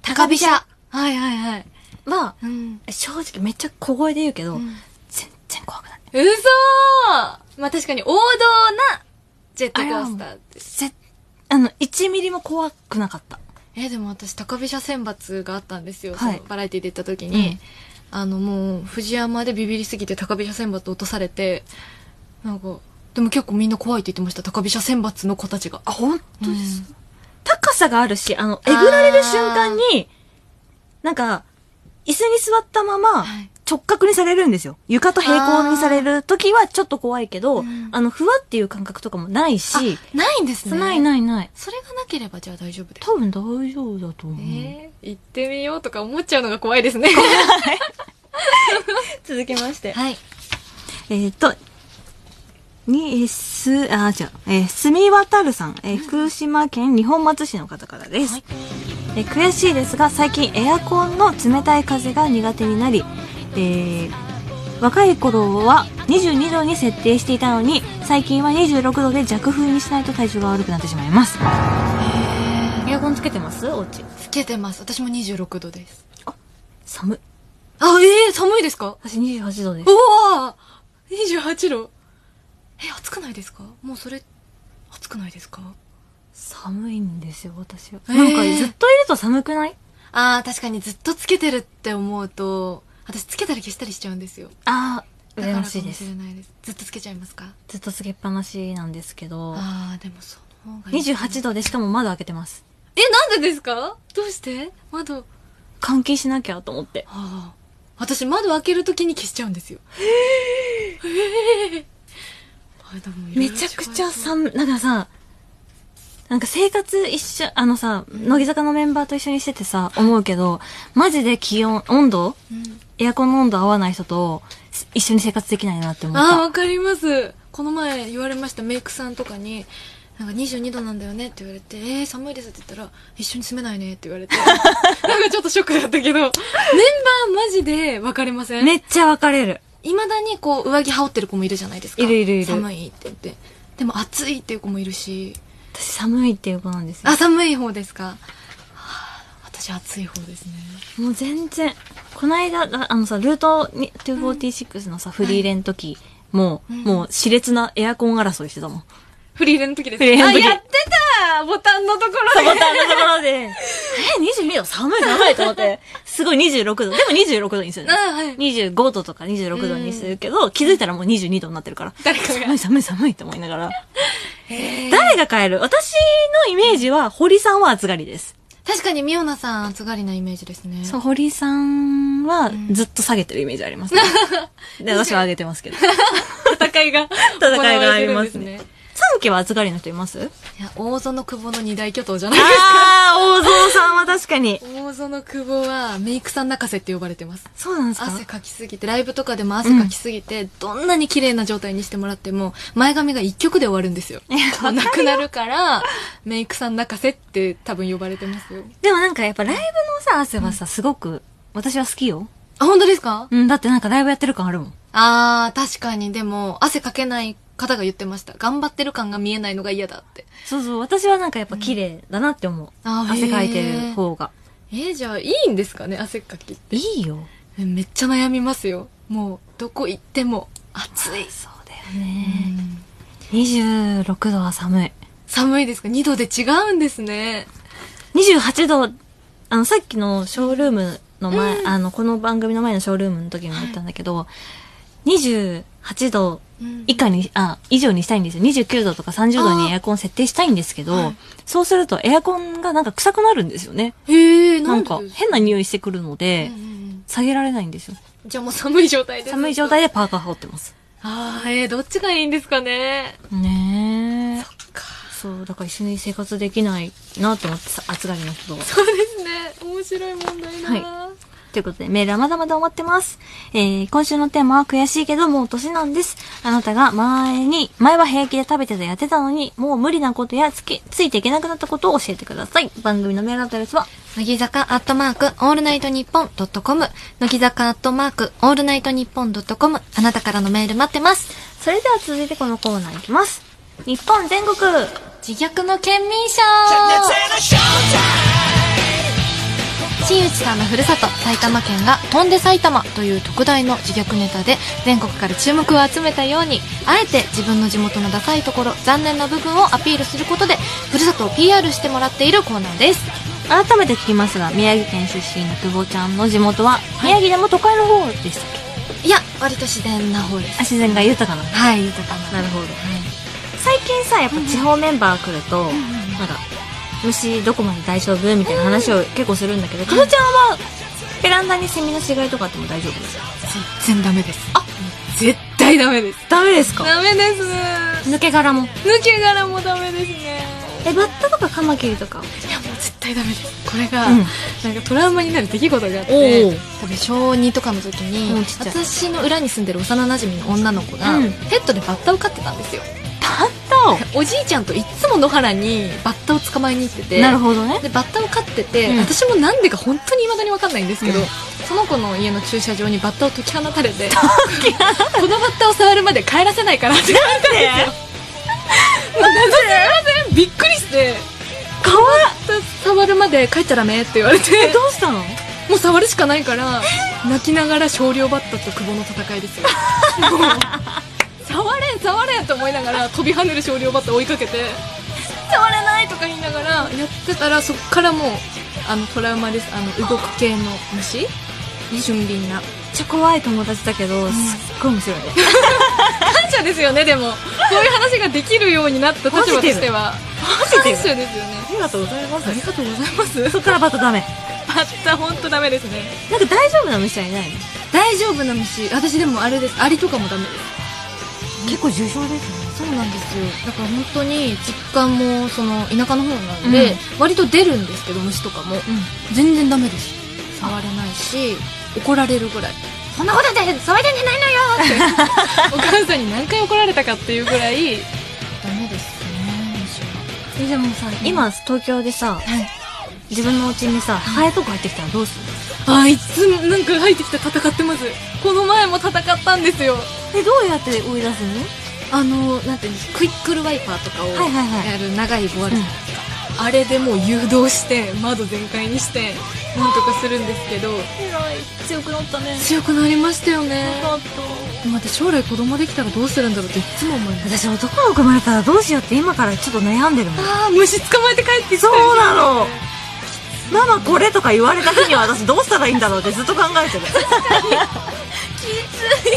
高飛車。はいはいはい。
は、
うん。
正直めっちゃ小声で言うけど、
うん
全然怖くない。
嘘ーまあ確かに王道なジェットコースターです。
ぜあの、1ミリも怖くなかった。
えでも私高飛車選抜があったんですよ、
はい
そのバラエティで行った時
う
に、
ん
あのもう藤山でビビりすぎて高飛車選抜落とされてなんかでも結構みんな怖いって言ってました。高飛車選抜の子たちが。
あ、本当です、高さがあるし、あの、えぐられる瞬間に、なんか、椅子に座ったまま
はい、
直角にされるんですよ。床と平行にされる時はちょっと怖いけど、あ,、
うん
の、ふわっていう感覚とかもないし、
あないんですね。
ないないない。
それがなければじゃあ大丈夫です。
多分大丈夫だと思う。
えー、行ってみようとか思っちゃうのが怖いですね。
続きまして。
はい。
えっ、と、に、えーす、あ、違う、えー、すみわたるさん、えー福島県二本松市の方からです。
はい
えー悔しいですが最近エアコンの冷たい風が苦手になり、えー若い頃は22度に設定していたのに最近は26度で弱風にしないと体調が悪くなってしまいますエアコンつけてますおうち
つけてます。私も26度です。
寒い
あ、ええ寒いですか
私28度です
おお !28 度。え、暑くないですかもうそれ、暑くないですか
寒いんですよ私は、
えー
なんかずっといると寒くない
ああ、確かにずっとつけてるって思うと、私つけたり消したりしちゃうんですよ。
ああ
だか
羨
ら
ま
か
しい
も
で
し
す
れないです。ずっとつけちゃいますか
ずっとつけっぱなしなんですけど
ああ、でもその方がいい。
28度でしかも窓開けてます
え、なんでですかどうして窓。
換気しなきゃと思って
ああ。私窓開けるときに消しちゃうんですよ。へえ。でもいろい
め
ろ
ちゃくちゃ
違い
寒い、なんかさ、なんか生活一緒、あのさ、乃木坂のメンバーと一緒にしててさ、思うけど、マジで気温、温度
そう。うん
エアコンの温度合わない人とす一緒に生活できないなって思っ
ああ、
た。
わかります。この前言われました、メイクさんとかに、なんか22度なんだよねって言われて、えー、寒いですって言ったら、一緒に住めないねって言われ て、なんかちょっとショックだったけど、メンバーマジで分かれません
めっちゃ分かれる。
いまだにこう、上着羽織ってる子もいるじゃないですか。
いるいるいる
寒いって言って。でも暑いっていう子もいるし、
私寒いっていう子なんですよ
あ、。寒い方ですか。はあ私暑い方ですね。
もう全然、こないだ、ああのさ、ルートに246のさ、フリーレン時、もう、
うん
もう熾烈なエアコン争いしてたもん。
フリーレンの時です
フリーレンの時
あ、やってたボタンのところ
ボ
で。
タンのところで、え、22度寒い寒いと思 って、すごい26度。でも26度にするの
あ。はい。
25度とか26度にするけど、気づいたらもう22度になってるから。
誰かが
寒い寒い寒いって思いながら。
へえ
誰が変える私のイメージは、堀さんは暑がりです。
確かにミオナさん暑がりなイメージですね
そう、堀さんはずっと下げてるイメージありますね。 で、私は上げてますけど。
戦いが
戦いがあります
行われてるん
ね
です。
三家は暑がりの人います
いや大園久保の二大巨頭じゃない
あー、大蔵さんは確かに。
大園久保はメイクさん泣かせって呼ばれてます
そうなんですか
汗かきすぎてライブとかでも汗かきすぎて、どんなに綺麗な状態にしてもらっても前髪が一曲で終わるんですよ
や
なくなるからメイクさん泣かせって多分呼ばれてますよ
でもなんかやっぱライブのさ、汗はさ、すごく、私は好きよ。
あ本当ですか、
うん、だってなんかライブやってる感あるもん。
あー確かにでも汗かけない方が言ってました頑張ってる感が見えないのが嫌だって
そうそう、私はなんかやっぱ綺麗だなって思う。
あー
汗かいてる方が。
えー、じゃあいいんですかね汗かきって
いいよ。
えめっちゃ悩みますよもうどこ行っても暑い、
そうだよね。26度は寒い。
寒いですか2度で違うんですね
28度、あの、さっきのショールームの前、あの、この番組の前のショールームの時にも言ったんだけど、28度以下に、あ、以上にしたいんですよ。29度とか30度にエアコン設定したいんですけど、
はい
そうするとエアコンがなんか臭くなるんですよね。
へえ
な
なんん
か
か
変な匂いしてくるので、
うんうん
下げられないんですよ。
うんじゃあもう寒い状態です
寒い状態でパーカー羽織ってます。
ああえー、どっちがいいんですかね
ねえ。
か
そう、だから一緒に生活できないなと思ってさ、暑がりの人とは。
そうですね面白い問題だな、
ということで、メールはまだまだ終わってます。えー、今週のテーマは悔しいけどもう年なんです。あなたが前に、前は平気で食べてたやってたのに、もう無理なことやつき、ついていけなくなったことを教えてください。番組のメールアドレスは、
乃木坂アットマークオールナイトニッポンドットコム乃木坂アットマークオールナイトニッポンドットコムあなたからのメール待ってます
それでは続いてこのコーナーいきます。日本全国
自虐の県民賞新内さんのふるさと埼玉県が「飛んで埼玉」という特大の自虐ネタで全国から注目を集めたようにあえて自分の地元のダサいところ残念な部分をアピールすることでふるさとを PR してもらっているコーナーです
改めて聞きますが、宮城県出身の久保ちゃんの地元は、宮城でも都会の方でしたっけ
いや、割と自然な方です。
自然が豊かな
はい、豊かな。
なるほど
は
最近さやっぱ地方メンバー来ると、
んうん
なんか虫どこまで大丈夫みたいな話を結構するんだけど、かのちゃんはベランダにセミの死骸とかあっても大丈夫ですか
い。全然ダメです。あ絶対ダメです。
ダメですか
ダメです。
抜け殻も
抜け殻もダメですね。
えバッタとかカマキリとか
いや、もう絶対ダメです。これが、
うん
なんかトラウマになる出来事があっ
お
て
う、
多分小2とかの時
もう
に
ちっ、ちゃい
私の裏に住んでる幼馴染の女の子が、
うん
ペットでバッタを飼ってたんですよ。
バッタを
おじいちゃんといっつも野原にバッタを捕まえに行ってて、
なるほどね
でバッタを飼ってて、
うん
私もなんでか本当に未だに分かんないんですけど、
うん
その子の家の駐車場にバッタを解き放たれてこのバッタを触るまで帰らせないからって言われたんですよなんでなんでびっくりして
かわ
触るまで帰っちゃダメって言われて
いどうしたの
もう触るしかないから泣きながら少量バッタと久保の戦いです よもう触れ触れと思いながら飛び跳ねる少量バッタを追いかけて触れないとか言いながらやってたらそっからもうあのトラウマですあの動く系の虫俊敏な
めっちゃ怖い友達だけど、
ん
すっごい面白いね
感謝ですよねでもそういう話ができるようになった立場としては
ジティブ
感謝ですよね
ありがとうございます
ありがとうございます
そっからバッタダメ
バッタ本当ダメですね
なんか大丈夫な虫はいないの
大丈夫な虫私でもあれですアリとかもダメです
結構重症ですね
そうなんですよだから本当に実家もその田舎の方なんで、
うん
割と出るんですけど虫とかも
うん
全然ダメです触れないし怒られるぐらいそんなことで騒いでんじゃないのよって お母さんに何回怒られたかっていうぐらいダメですね虫は
えでもさ今東京でさ
はい
自分のお家にさハエとか入ってきたらどうする
あいつもなんか入ってきた戦ってますこの前も戦ったんですよ
えどうやって追い出すの
あのなんていうんですクイックルワイパーとかを
はいはいはい
やる長い棒あるじゃないですか、あれでもう誘導して窓全開にしてなんとかするんですけど
偉い強くなったね
強くなりましたよね
かっ
また将来子供できたらどうするんだろうっていつも思いま
た
す
私男が生まれたらどうしようって今からちょっと悩んでるもん
ああ虫捕まえて帰ってき た
そうなの ママこれとか言われた日には私どうしたらいいんだろうってずっと考え てる
きつ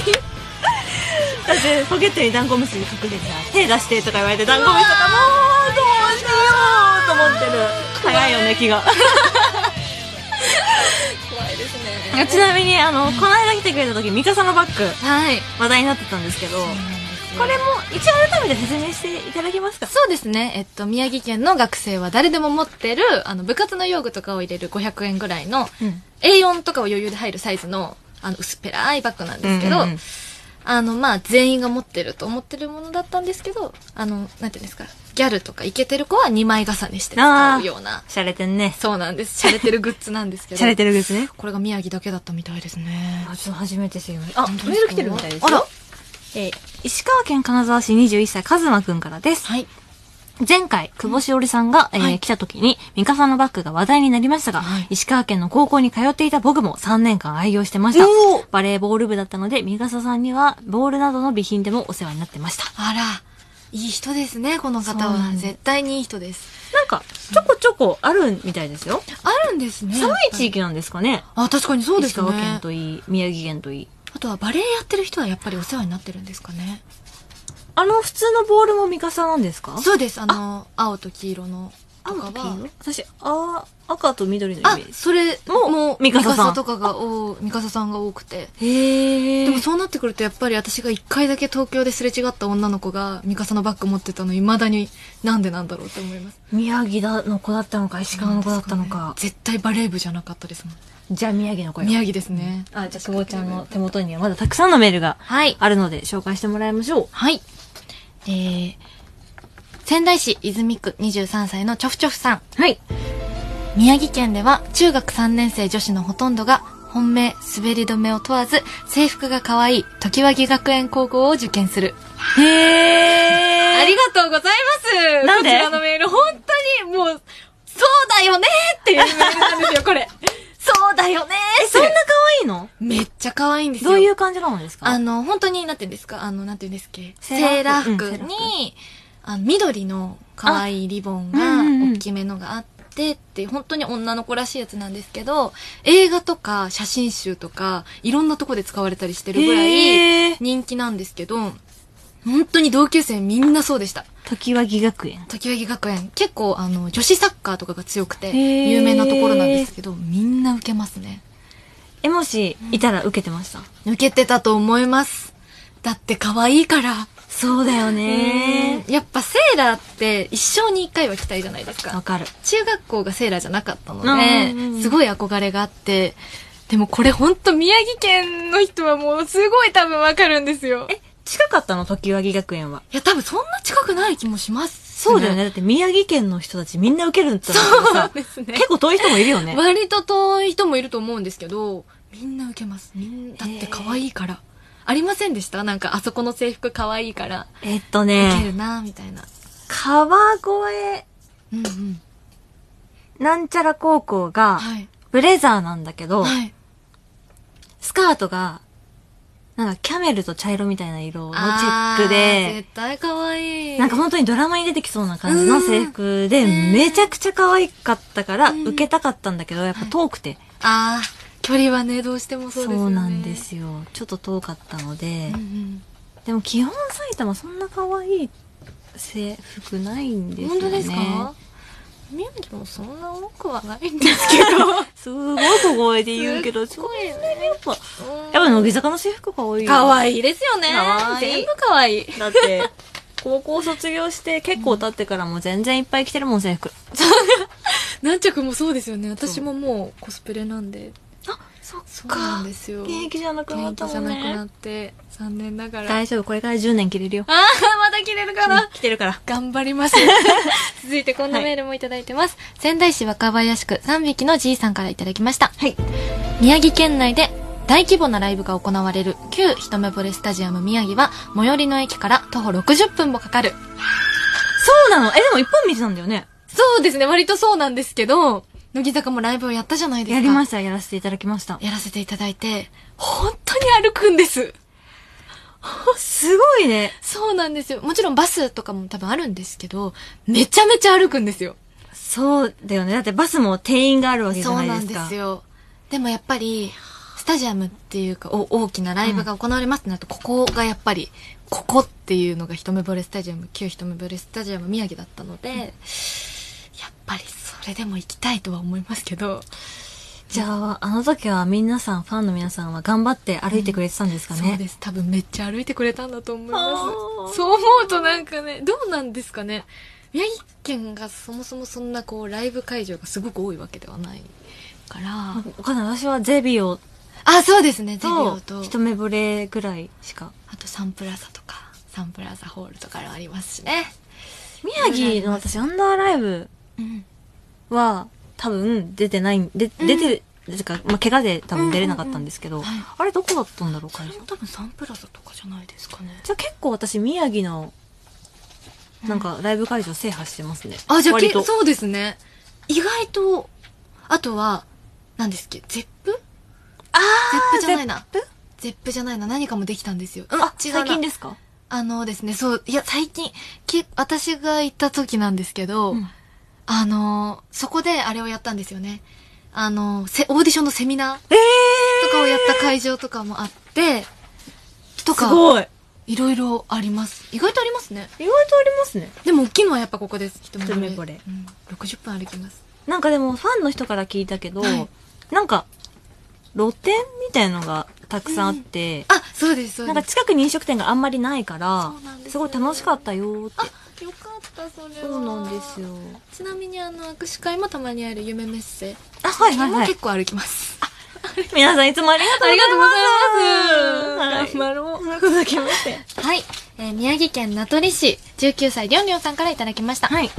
い
だってポケットにダンゴムシ隠れてさ手出してとか言われてダンゴムシとかもうどうしようと思ってる早いよね気が
怖いです
いや
ね
ちなみにあのこの間来てくれた時ミカサのバッグ
はい
話題になってたんですけどこれも一応改めて説明していただけますか
そうですね。えっと、宮城県の学生は誰でも持ってる、あの、部活の用具とかを入れる500円ぐらいの、
うん
A4 とかを余裕で入るサイズの、あの、薄っぺらいバッグなんですけど、
うんうんうん
あの、まあ、全員が持ってると思ってるものだったんですけど、あの、なんていうんですか、ギャルとかイケてる子は2枚重ねして使うような、
しゃれてんね
そうなんです。洒落てるグッズな んですけど。
しゃれてるですね
これが宮城だけだったみたいですね。
あちょっと初めて知りましたあ
本当で
メー
すか
ル来てるみたいですよ
あら
えー石川県金沢市21歳和馬くんからです
はい。
前回久保しおりさんが、えー
はい
来た時にミカさんのバッグが話題になりましたが、
はい
石川県の高校に通っていた僕も3年間愛用してました
おー
バレーボール部だったのでミカサさんにはボールなどの備品でもお世話になってました
あら、いい人ですね、この方
そうな
は。
んです
絶対にいい人です。
なんかちょこちょこあるみたいですよ
あるんですね。
寒い地域なんですかね
あ、確かにそうで
石
すね。
川県といい宮城県といい
あとはバレエやってる人はやっぱりお世話になってるんですかね。
あの普通のボールもミカサなんですか
そうです。あの、青と黄色のとかは。
私あ赤と緑のイメ
あ
ー、ジ
それ
も
も、
ミカサさん
ミとかが多い、ミカサさんが多くて。
へ
でもそうなってくるとやっぱり私が一回だけ東京ですれ違った女の子がミカサのバッグ持ってたの未だになんでなんだろうって思います。
宮城だの子だったのか石川の子だったのか
絶対バレー部じゃなかったですもん。
じゃあ宮城の子よ
宮城ですね。
あじゃあ久保ちゃんの手元にはまだたくさんのメールが
はい。
あるので紹介してもらいましょう
はい。えー、仙台市泉区23歳のチョフチョフさん。
はい
宮城県では中学3年生女子のほとんどが本命、滑り止めを問わず制服が可愛い時和木学園高校を受験する。
へえ
ありがとうございます
なんで
こちらのメール、本当にもう、そうだよねっていうメールなんです よ、これ。そうだよねー
そんな可愛いの
めっちゃ可愛いんですよ。
どういう感じなのですか
あの、本当に、なんて言うんですかあの、なんて言うんですっけ
セー
セー
ラー
ラー
服
服に、あの緑の可愛いリボンが、
うんうんうん
大きめのがあっしてって、本当に女の子らしいやつなんですけど、映画とか写真集とか、いろんなとこで使われたりしてるぐらい
へー
人気なんですけど、本当に同級生みんなそうでした。
時は義学園。
時々学園、結構あの、女子サッカーとかが強くて、
ー
有名なところなんですけど、みんな受けますね。
え、もし、いたら受けてました。
受けてたと思います。だって可愛いから。
そうだよ
え
ね
ーやっぱセーラーって一生に一回は着たいじゃないです
わ
か。
かる。
中学校がセーラーじゃなかったの
うんうんうん
で、すごい憧れがあって、でもこれほんと宮城県の人はもうすごい多分わかるんですよ。
え、近かったの時は義学園は。
いや多分そんな近くない気もします。
そうだよね。。だって宮城県の人たちみんな受けるんだったら
そう
さ、
ですね。
結構遠い人もいるよ ね。
割と遠い人もいると思うんですけど、みんな受けます。みんだって可愛いから。ありませんでしたなんかあそこの制服可愛いから、
えっと
受け
ね、
るなみたいな。
川越
うんうん。
なんちゃら高校が、
はい。
ブレザーなんだけど、
はい。
スカートが、なんかキャメルと茶色みたいな色のチェック
あー
で、
絶対可愛い。
なんか本当にドラマに出てきそうな感じの制服で、
うん
めちゃくちゃ可愛かったから、
うん
受けたかったんだけど、やっぱ遠くて。
ああ、距離はね、どうしてもそうですよね。
そうなんですよ。ちょっと遠かったので
うんう、ん。
でも基本埼玉そんな可愛い制服ないんですよね。
本当ですか宮城もそんな多くはないんですけ ど。
すごい小声で言うけど、
す
す
っご
ご
い
い
よ
よ
ね
ね。やっぱ、やっぱ乃木坂の制服可愛いよ。
可愛いですよね。
可愛い
全部可愛い。
だって、高校卒業して結構経ってからも全然いっぱい着てるもん、制服。
何着もそうですよね。私ももうコスプレなんで。
あ、そっ
そうなんですよ。
現役じゃなくなっ
現
た
役じ
もん
ゃなく
ね。
なって、残念ながら。あ
大丈夫、これから10年着れるよ。
あー、まだ着れるかな。
着てるから。
頑張ります。 続いてこんなメールもいただいてます。仙台市若林区3匹のじいさんからいただきました。
はい。
宮城県内で大規模なライブが行われる旧一目惚れスタジアム宮城は最寄りの駅から徒歩60分もかかる。
そうなのえ、でも一本道なんだよね。
そうですね、割とそうなんですけど、乃木坂もライブをやったじゃないですか。
やりま
し
した、やらせていただきました。
やらせていただいて、本当に歩くんです。
すごいね。
そうなんですよ。もちろんバスとかも多分あるんですけど、めちゃめちゃ歩くんですよ。
そうだよね。だってバスも定員があるわけじゃ
そう
ない
な
で
ん
す
で
か。
すよ。でもやっぱり、スタジアムっていうか、お大きなライブが行われますってなると、ここがやっぱり、ここっていうのが一目惚れスタジアム、旧一目惚れスタジアム宮城だったので、やっぱりそれでも行きたいとは思いますけど、
じゃあ、あの時は皆さん、ファンの皆さんは頑張って歩いてくれてたんですかね。
そうです。多分めっちゃ歩いてくれたんだと思いま
あー
す。そう思うとなんかね、どうなんですかね。宮城県がそもそもそんなこう、ライブ会場がすごく多いわけではないから、
わかんない。私はゼビオ
あ、そうですね、ゼビオ
と
と。
一目惚れぐらいしか。
あとサンプラザとか、サンプラザホールとかもありますしね。
宮城の私、アンダーライブ
うん。
は、多分出てない、で
うん
出てる、ですか、まあ、怪我で多分出れなかったんですけど、
うんうんうんはい
あれどこだったんだろう、会場。
多分サンプラザとかじゃないですかね。
じゃあ結構私、宮城の、なんか、ライブ会場制覇してますね。
あ、じゃあけ、
割と。
そうですね。意外と、あとは、何ですっけ、ゼップ
あ
ゼップ
ー
じゃないな。
ゼップ
ゼップじゃないな。何かもできたんですよ。うん、
あ、
違う
最近
な
ですか
あのですね、そう、いや、最近、け私が行った時なんですけど、
うん
あの、そこであれをやったんですよね。あの、せオーディションのセミナー
ええ
とかをやった会場とかもあって、と
す
か、
ごい
いろいろあります。意外とありますね。
意外とありますね。
でも大きいのはやっぱここです。一
一目惚れ
うん。60分歩きます。
なんかでもファンの人から聞いたけど、
はい
なんか露店みたいのがたくさんあって、
あ、そうです、そ
な
うん
か
です。
近くに飲食店があんまりないから
そうなんですすよ
ごい楽しかったよって
あ、よかった、それは。
そうなんですよ。
ちなみにあの、握手会もたまにある夢メッセ。
あはいはいはい
も結構歩きます。
皆さんいつもありがとう
ありがとうご
ござい
ざいます。
ます
頑張ろう。
はい、続きまして
はい。えー宮城県名取市、19歳りょんりょんさんからいただきました。
はい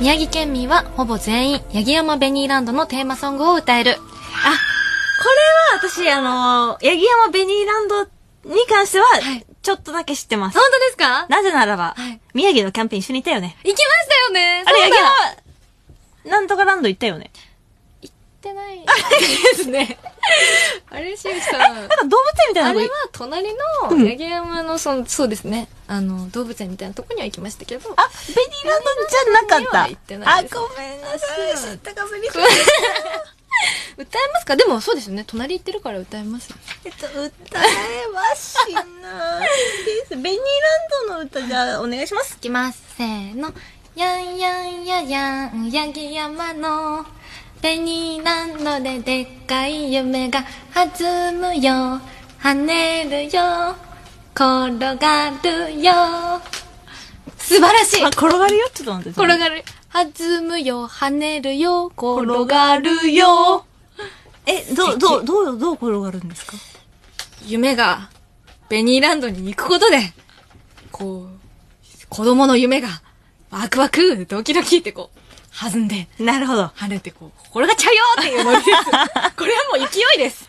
宮城県民はほぼ全員、八木山ベニーランドのテーマソングを歌える。
これは私あの八木山ベニーランドに関しては
はい
ちょっとだけ知ってます、
本当ですか
なぜならば、
はい
宮城のキャンペーン一緒に行ったよね
行きましたよね
あれ
そう
八木
だ
山なんとかランド行ったよね
行ってないですね。あれ、しゅうさ ん。
なんか動物園みたいな
あ
の
れ
が
は隣の八木山の、その、そうですね。あの、動物園みたいなとこには行きましたけど。
あ、ベニランドじゃなか
ベ
っ
ニ
た。
ラ
あ
ンドには行ってないで、す
ごめんなさい。
あそう
知ったかぶり。
歌えますかでもそうですよね。隣行ってるから歌えますよ。
えっと、歌えはしない です。ベニーランドの歌じゃあお願いします。
いきます。せーの。やんやんややん、やぎ山の、ベニーランドででっかい夢が弾むよ、跳ねるよ、転がるよ。素晴らしい
あ、転がるよ。ちょっと待って。
転
る。
がる。弾むよ、跳ねるよ、転がるよ。
え、どう、どう、どう、どう転がるんですか
夢が、ベニーランドに行くことで、こう、子供の夢が、ワクワク、ドキドキってこう、弾んで、
なるほど。
跳ねてこう、転がっちゃうよっていうノリ です。これはもう勢いです。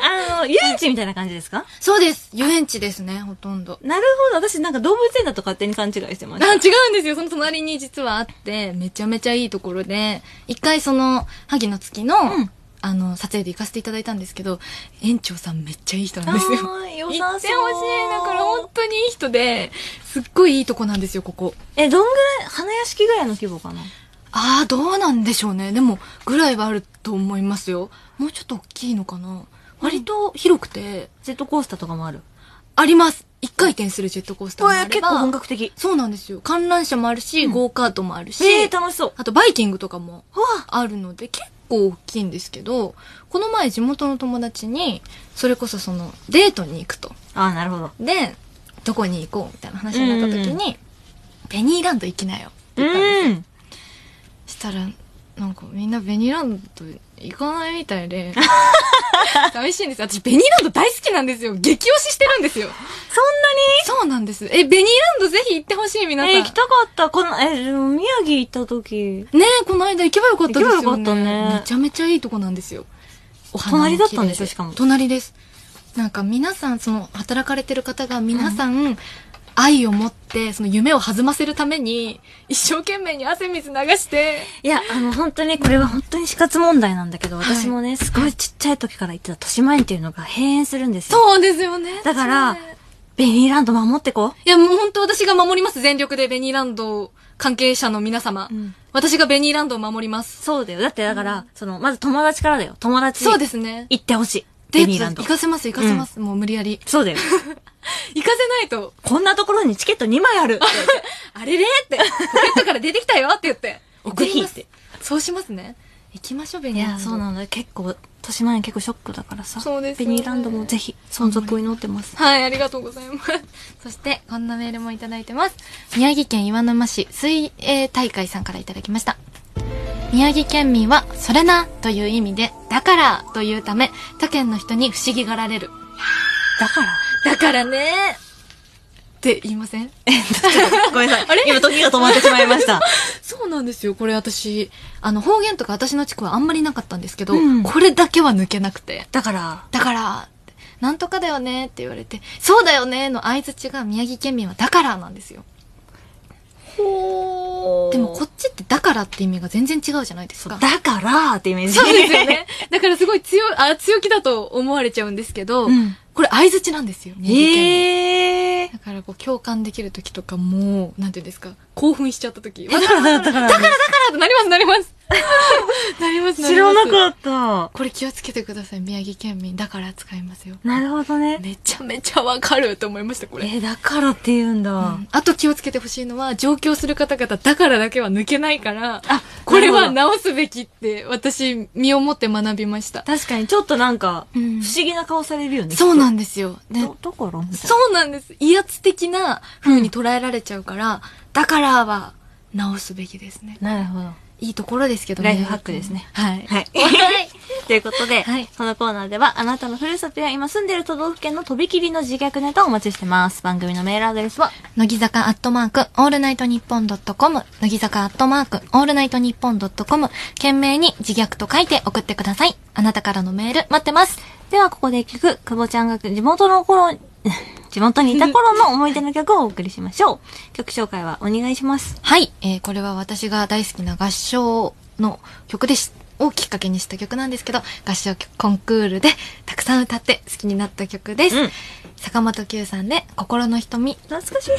あの、遊園地みたいな感じですか
そうです。遊園地ですね、ほとんど。
なるほど。私なんか動物園だと勝手に勘違いしてまし
あ違
た。
うんですよ。その隣に実はあって、めちゃめちゃいいところで、一回その、萩の月の、
うん
あの、撮影で行かせていただいたんですけど、園長さんめっちゃいい人なんですよ。
あー、良
行
さ
ってほしい
そう。
だから本当にいい人ですっごいいいとこなんですよここ
え、どんぐらい、花屋敷ぐらいの規模かな
ああどうなんでしょうねでもぐらいはあると思いますよもうちょっと大きいのかな割と広くて、
ジェットコースターとかもある。
あります一回転するジェットコースターもあれば
結構本格的。
そうなんですよ観覧車もあるし、
うん
ゴーカートもあるし、
ええ、楽しそう。
あとバイキングとかも
わあ
あるので結構大きいんですけどこの前地元の友達にそれこそそのデートに行くと
あー、なるほど。
で、どこに行こうみたいな話になった時に、ベニーランド行きなよって
う
言ったんですよ。
ん。
したら、なんかみんなベニーランド行かないみた いで、寂しいんですよ。私ベニーランド大好きなんですよ。激推ししてるんですよ。
そんなに
そうなんです。え、ベニーランドぜひ行ってほしい皆さん。
えー行きたかった。この、え、でも宮城行った時。
ねえ、この間行けばよかったですよ、ね。
行けばよかったね
めちゃめちゃいいとこなんですよ。お
隣だったんですよ
よ
しかも
隣です。なんか皆さん、その、働かれてる方が皆さん、愛を持って、その夢を弾ませるために、一生懸命に汗水流して、
いや、あの、本当に、これは本当に死活問題なんだけど、
はい
私もね、すごいちっちゃい時から行ってた、豊島園っていうのが閉園するんですよ。
そうですよね。
だから
そうね
ベニーランド守ってこ
いや、もう本当私が守ります、全力で、ベニーランド関係者の皆様。
う。うん。
私がベニーランドを守ります。
そうだよ。だって、だから、その、まず友達からだよ。友達
そう
に
ですね。
行ってほしい。
デ
ベニーラ
ー
ン
ト
ド
行。かせます、行かせます。もう無理やり。
そうだよ。
行かせないと、
こんなところにチケット2枚あるって言って。
あれれって、ポケットから出てきたよって言って、送ります
ぜ
そうしますね。行きましょう、ベ
い
ニーラン
や、
ド。
そうなんだよ。結構、豊島園結構ショックだからさ。
そうですよ
ベ
ね
ニーランドもぜひ、存続を祈ってます。
はい、ありがとうございます。そして、こんなメールもいただいてます。宮城県岩沼市水泳大会さんからいただきました。宮城県民は、それなという意味で、だからというため、他県の人に不思議がられる。
だから。
だからねって言いません
えっと、 ごめんなさい。
あれ
今、時が止まってしまいました。
そうなんですよ。これ私、あの、方言とか私の地区はあんまりなかったんですけど、
うん
これだけは抜けなくて。
だから、
だから、なんとかだよねって言われて、そうだよねの相づちが宮城県民はだからなんですよ。
ほ
でもこっちってだからって意味が全然違うじゃないですか。
だからってイメージ。
そうですよ ね。だからすごい強い、あ、強気だと思われちゃうんですけど、
うん
これ相づちなんですよ。宮城県民
ええ
だからこう共感できる時とかもう、なんていうんですか、興奮しちゃった時。わか
だ
る
からだからだから。
かなります、なります。 なります、なりま
知ら
す。
なかった。
これ気をつけてください、宮城県民。だから使いますよ。
なるほどね。
めちゃめちゃわかると思いました、こ
え
れ。
ー、だからって言うんだ。
うんあと気をつけてほしいのは、上京する方々だからだけは抜けないから、
あ
これ
なる
は
ほど
直すべきって、私、身をもって学びました。
確かにちょっとなんか、
う
不
ん
思議な顔されるよね。
そうなんんですよ。
だ。
ね
ど、だからみたいな。
そうなんです。威圧的な風に捉えられちゃうから、だからは直すべきですね。
なるほど。
いいところですけど
ライフハックですね。
はい。
はい。ということで、
はい
このコーナーでは、あなたのふるさとや今住んでる都道府県のとびきりの自虐ネタをお待ちしてます。番組のメールアドレスは、
乃木坂アットマーク、オールナイトニッポンドットコム、乃木坂アットマーク、オールナイトニッポンドットコム、懸命に自虐と書いて送ってください。あなたからのメール待ってます。
ではここで一曲、久保ちゃんが地元の頃、 地元にいた頃の思い出の曲をお送りしましょう。曲紹介はお願いします。
はい、えーこれは私が大好きな合唱の曲でしをきっかけにした曲なんですけど、合唱曲コンクールでたくさん歌って好きになった曲です。
うん
坂本九さんで心の瞳。
懐かしい。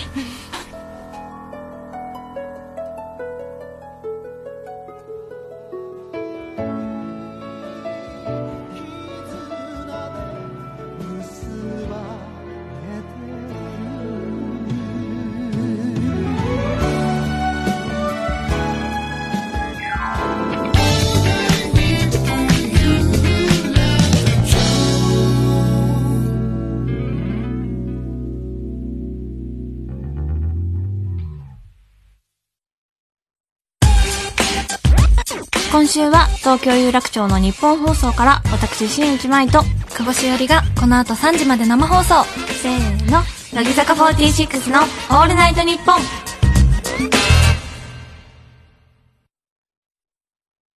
今週は東京有楽町の日本放送から私新内舞と
久保しおりがこの後3時まで生放送。
せーの乃木坂46の「オールナイトニッポン」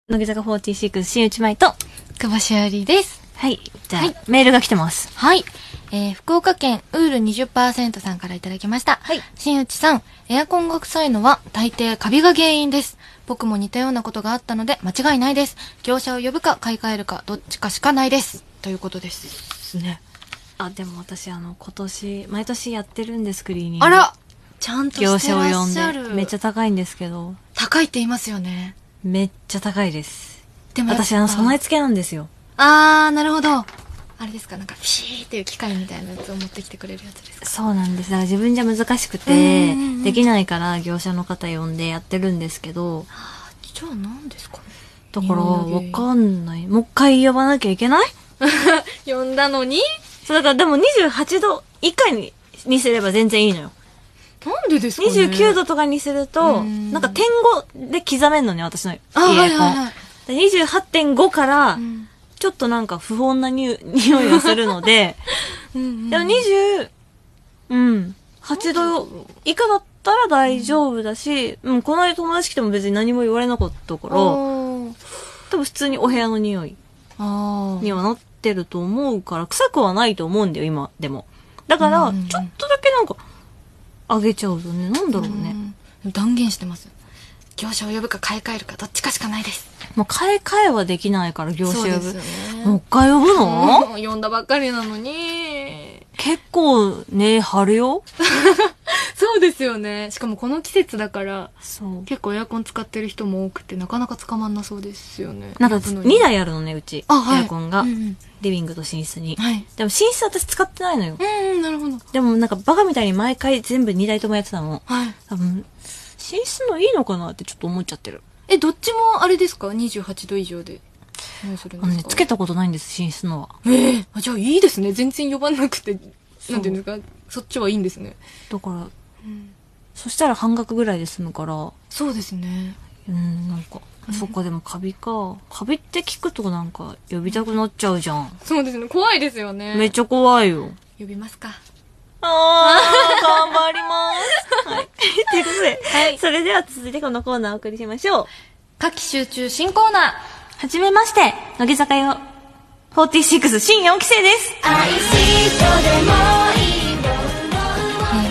乃木坂46新内舞と
久保しおりです。
はいじゃあ、
はい
メールが来てます
はい。えー、福岡県ウール20%さんからいただきました。
はい
新内さん、エアコンが臭いのは大抵カビが原因です。僕も似たようなことがあったので間違いないです。業者を呼ぶか買い替えるかどっちかしかないです。ということです。
ですねあでも私あの今年毎年やってるんですクリーニング
あらちゃんと
業
して
者を
ら
呼
っ
ん
しゃる。
でめっちゃ高いんですけど
高いって言いますよね。
めっちゃ高いです
でもやっぱ
私あの備え付けなんですよ
あー、なるほど。あれですか、なんかピシーっていう機械みたいなやつを持ってきてくれるやつですか。
そうなんです。だから自分じゃ難しくて
うんうんうん、
できないから業者の方呼んでやってるんですけど、
あーじゃあ何ですかね。
だから
呼んだ
わ
原因
かんない。もう一回呼ばなきゃいけない
呼んだのに
そうだからでも28度以下ににすれば全然いいのよ。
なんでですかね
29度とかにすると、
うん
なんか点5で刻めんのね、私の家
あ、はいはい
エアコン
はい。
で28.5から、ちょっとなんか不穏なに ゅ匂いがするので、で
で
も20、うん、8度以下だったら大丈夫だし、うん、この間友達来ても別に何も言われなかったから、多分普通にお部屋の匂い
あ
にはなってると思うから、臭くはないと思うんだよ、今でも。だから
うん、
ちょっとだけなんか、あげちゃうとね、なんだ
あ
ろうね。。
断言してます。業者を呼ぶか買い替えるかどっちかしかないです。
もう買い替えはできないから、業
そ
者
うで
呼
す
ぶ
よ。
もう
ね。
一回呼ぶの
もう 呼んだばっかりなのに。
結構ね、張るよ。
そうですよね。しかもこの季節だから、
そう。
結構エアコン使ってる人も多くて、なかなか捕まんなそうですよね。
なんか、
呼ぶの
2
に
台あるのね、うち。
あ、はい。
エアコンが
うん。うん
リビングと寝室に。
はい。
でも寝室私使ってないのよ。
うんうん、なるほど。
でもなんかバカみたいに毎回全部2台ともやってたの。
はい。
多分、寝室のいいのかなってちょっと思っちゃってる。
え、どっちもあれですか ?28 度以上で。何するん
あ
で
の
す
ね、
か
つけたことないんです、寝室のは。
ええあじゃあいいですね。全然呼ばなくて、
そう
なんていうんですか、そっちはいいんですね。
だから、そしたら半額ぐらいで済むから、
そうですね。
うん、なんか、そっかでもカビか。カビって聞くとなんか呼びたくなっちゃうじゃん。
そうですね。怖いですよね。
めっちゃ怖いよ。
呼びますか。
あー、頑張ります。 はい。ということで、
はい
それでは続いてこのコーナーをお送りしましょう。
夏季集中新コーナー。
はじめまして、乃木坂よ46新4期生です。
えー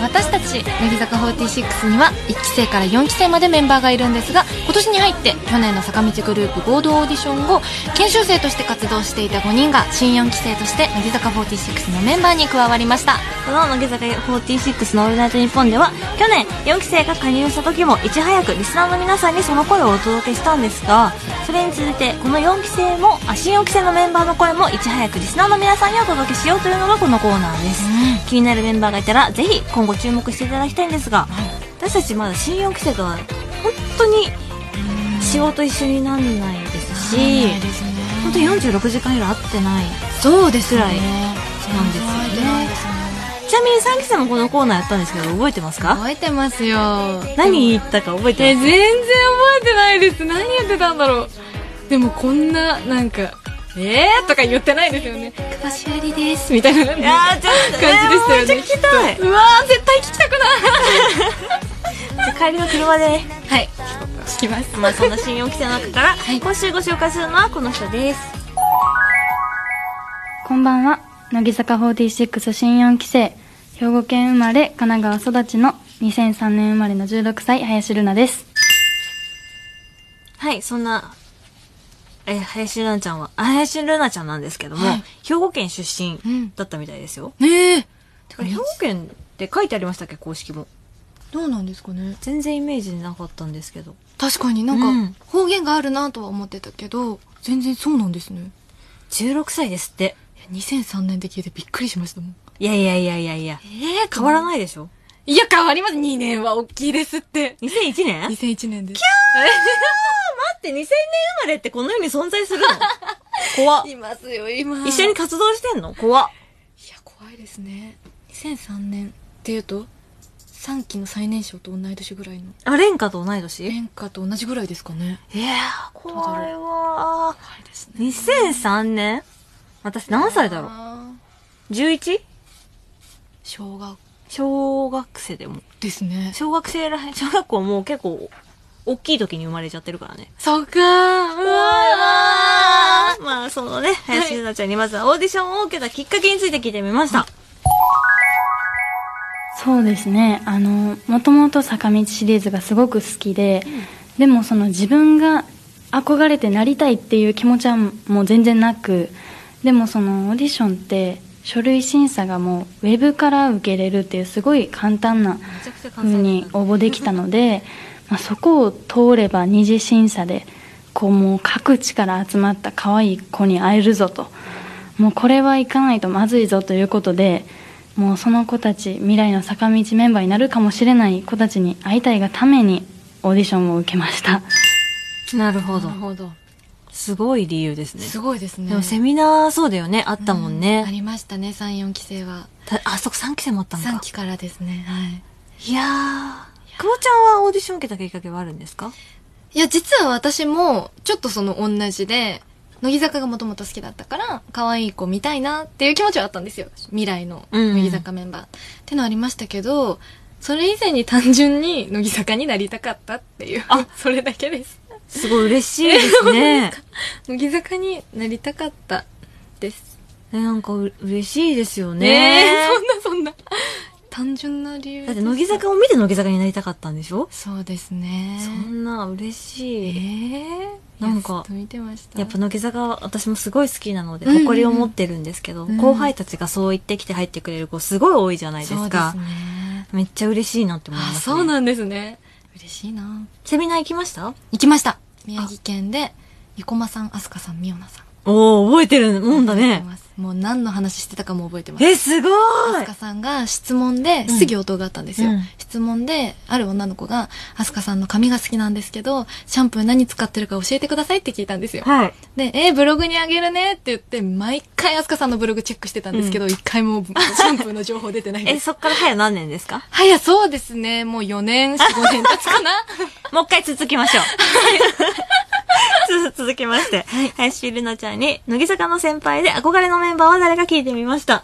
私たち、乃木坂46には、1期生から4期生までメンバーがいるんですが、今年に入って、去年の坂道グループ合同オーディション後、研修生として活動していた5人が、新4期生として、乃木坂46のメンバーに加わりました。
この乃木坂46のオールナイトニッポンでは、去年4期生が加入した時もいち早くリスナーの皆さんにその声をお届けしたんですが、それに続いてこの4期生も、あ、新4期生のメンバーの声もいち早くリスナーの皆さんにお届けしようというのがこのコーナーです。気になるメンバーがいたら、ぜひ今後注目していただきたいんですが、私たちまだ新4期生とは、本当に仕事一緒になんないですし、本当46時間以来会ってない
そうです
ね
なんですよね。
ちなみに3期生もこのコーナーやったんですけど覚えてますか
覚えてますよ。
何言ったか覚えて
え、全
ます
然覚えてないです。何やってたんだろう。でもこんな、なんか、えーとか言ってないですよね。久保しおりです。みたいな感じ
い
で
やーちょっとえーもう
した
ちょ
よ
っ
ね。
と聞きたい
きっとうわー、絶対聞きたく
帰りの車でね
ない。はい。聞きます。
まあそんな新4期生の中から、
い
今週ご紹介するのはこの人です
こんばんは乃木坂46新4期生兵庫県生まれ神奈川育ちの2003年生まれの16歳林瑠奈です
はいそんなえー林瑠奈ちゃんは、あ林瑠奈ちゃんなんですけども、
はい
兵庫県出
う
身
ん
だったみたいですよ。
ねえ。
てか兵庫県って書いてありましたっけ、公式も。
どうなんですかね。
全然イメージなかったんですけど。
確かになんか、
うん
方言があるなとは思ってたけど、全然そうなんですね。
16歳ですって。
いや2003年で聞いてびっくりしましたもん。
いやいやいやいやいや。
ええ
変わら
い。
ないでしょ
いや、変わります。2年は大きいですって。
?2001 年待
2001年で
っ
す。
て、2000年生まれってこの世に存在する の怖っ
いますよ、今。
一緒に
い
活動してんの怖っ
や、怖いですね。2003年っていうと、3期の最年少と同い年ぐらいの。
あ、レンカと同い年
演歌と同じぐらいですかね。
いやー、これは、
怖いですね。
2003年私何歳だろう
あー
?11?
小学
小学生でも。
ですね。
小学生らへん、小学校もう結構、大きい時に生まれちゃってるからね。
そうかー。うわ
まあ、そのね、林瑠奈ちゃんにまずはオーディションを受けたきっかけについて聞いてみました。
そうですねあのもともと坂道シリーズがすごく好きで、でもその自分が憧れてなりたいっていう気持ちはもう全然なくでもそのオーディションって書類審査がもうウェブから受けれるっていうすごい簡単な
めちゃくちゃ
ふうに応募できたので、まあ、そこを通れば二次審査でこうもう各地から集まった可愛い子に会えるぞともうこれは行かないとまずいぞということでもうその子たち未来の坂道メンバーになるかもしれない子たちに会いたいがためにオーディションを受けました
なるほ
ー
ど
なる。ほど。
すごい理由ですね。
すごいですね。
でもセミナーそうだよね、あったもん
うあ
ね。
りましたね、3、4期生は。
たあ、そこ3期生もあったのか。
3期からですね。はい。
いやー。久保ちゃんはオーディション受けたきっかけはあるんですか
いや、実は私も、ちょっとその同じで、乃木坂がもともと好きだったから、可愛い子見たいなっていう気持ちはあったんですよ。未来の
うんうん
乃木坂メンバー。ってのはありましたけど、それ以前に単純に乃木坂になりたかったっていう。あ、 それだけです。
すごい嬉しいです ね。
乃木坂になりたかったです。
えなんかう嬉しいですよ
ねえ
ね。
そんなそんな。単純な理由
だ
で
っ
す。
て乃木坂を見て乃木坂になりたかったんでしょ
そうですね。
そんな嬉
え
しい。
え
なんか
いやずっと見てました。
やっぱ乃木坂は私もすごい好きなので、
うんうんうん
誇りを持ってるんですけど、
うん
後輩たちがそう言ってきて入ってくれる子すごい多いじゃないですか。
そうですね。
めっちゃ嬉しいなって思いま
あ、
す、
そうんなんですね。嬉しいな。
セミナー行きました
行きました。宮城県で、ゆこまさん、あすかさん、みおなさん。
おー、覚えてるもんだね。。
もう何の話してたかも覚えてます。
え、すご
あ
い
すかさんが質問で、
うん
質疑応答があったんですよ。
うん
質問で、ある女の子が、あすかさんの髪が好きなんですけど、シャンプー何使ってるか教えてくださいって聞いたんですよ。
はい。
で、えーブログにあげるねって言って、毎回あすかさんのブログチェックしてたんですけど、一、回もシャンプーの情報出てないで
え、
す。
そっから早何年ですか
はや、そうですね。もう4年、4、5年経つ かな。
もう一回続きましょう。つ 続きまして、林瑠奈ちゃんに、乃木坂の先輩で憧れのメンバーは誰か聞いてみました。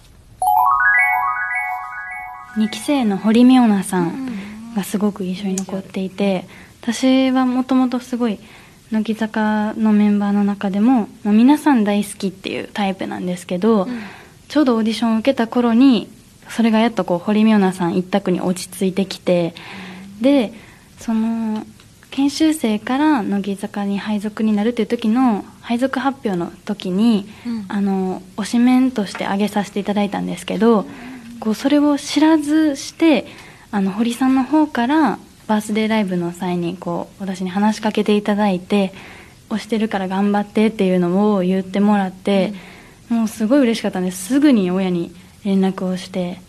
2期生の堀美央奈さんがすごく印象に残っていて私はもともとすごい乃木坂のメンバーの中でももう皆さん大好きっていうタイプなんですけど、ちょうどオーディションを受けた頃にそれがやっとこう堀美央奈さん一択に落ち着いてきてでその研修生から乃木坂に配属になるっていう時の配属発表の時に、
うん
あの推しメンとして挙げさせていただいたんですけどこうそれを知らずしてあの堀さんの方からバースデーライブの際にこう私に話しかけていただいて推してるから頑張ってっていうのを言ってもらって、もうすごい嬉しかったんですすぐに親に連絡をして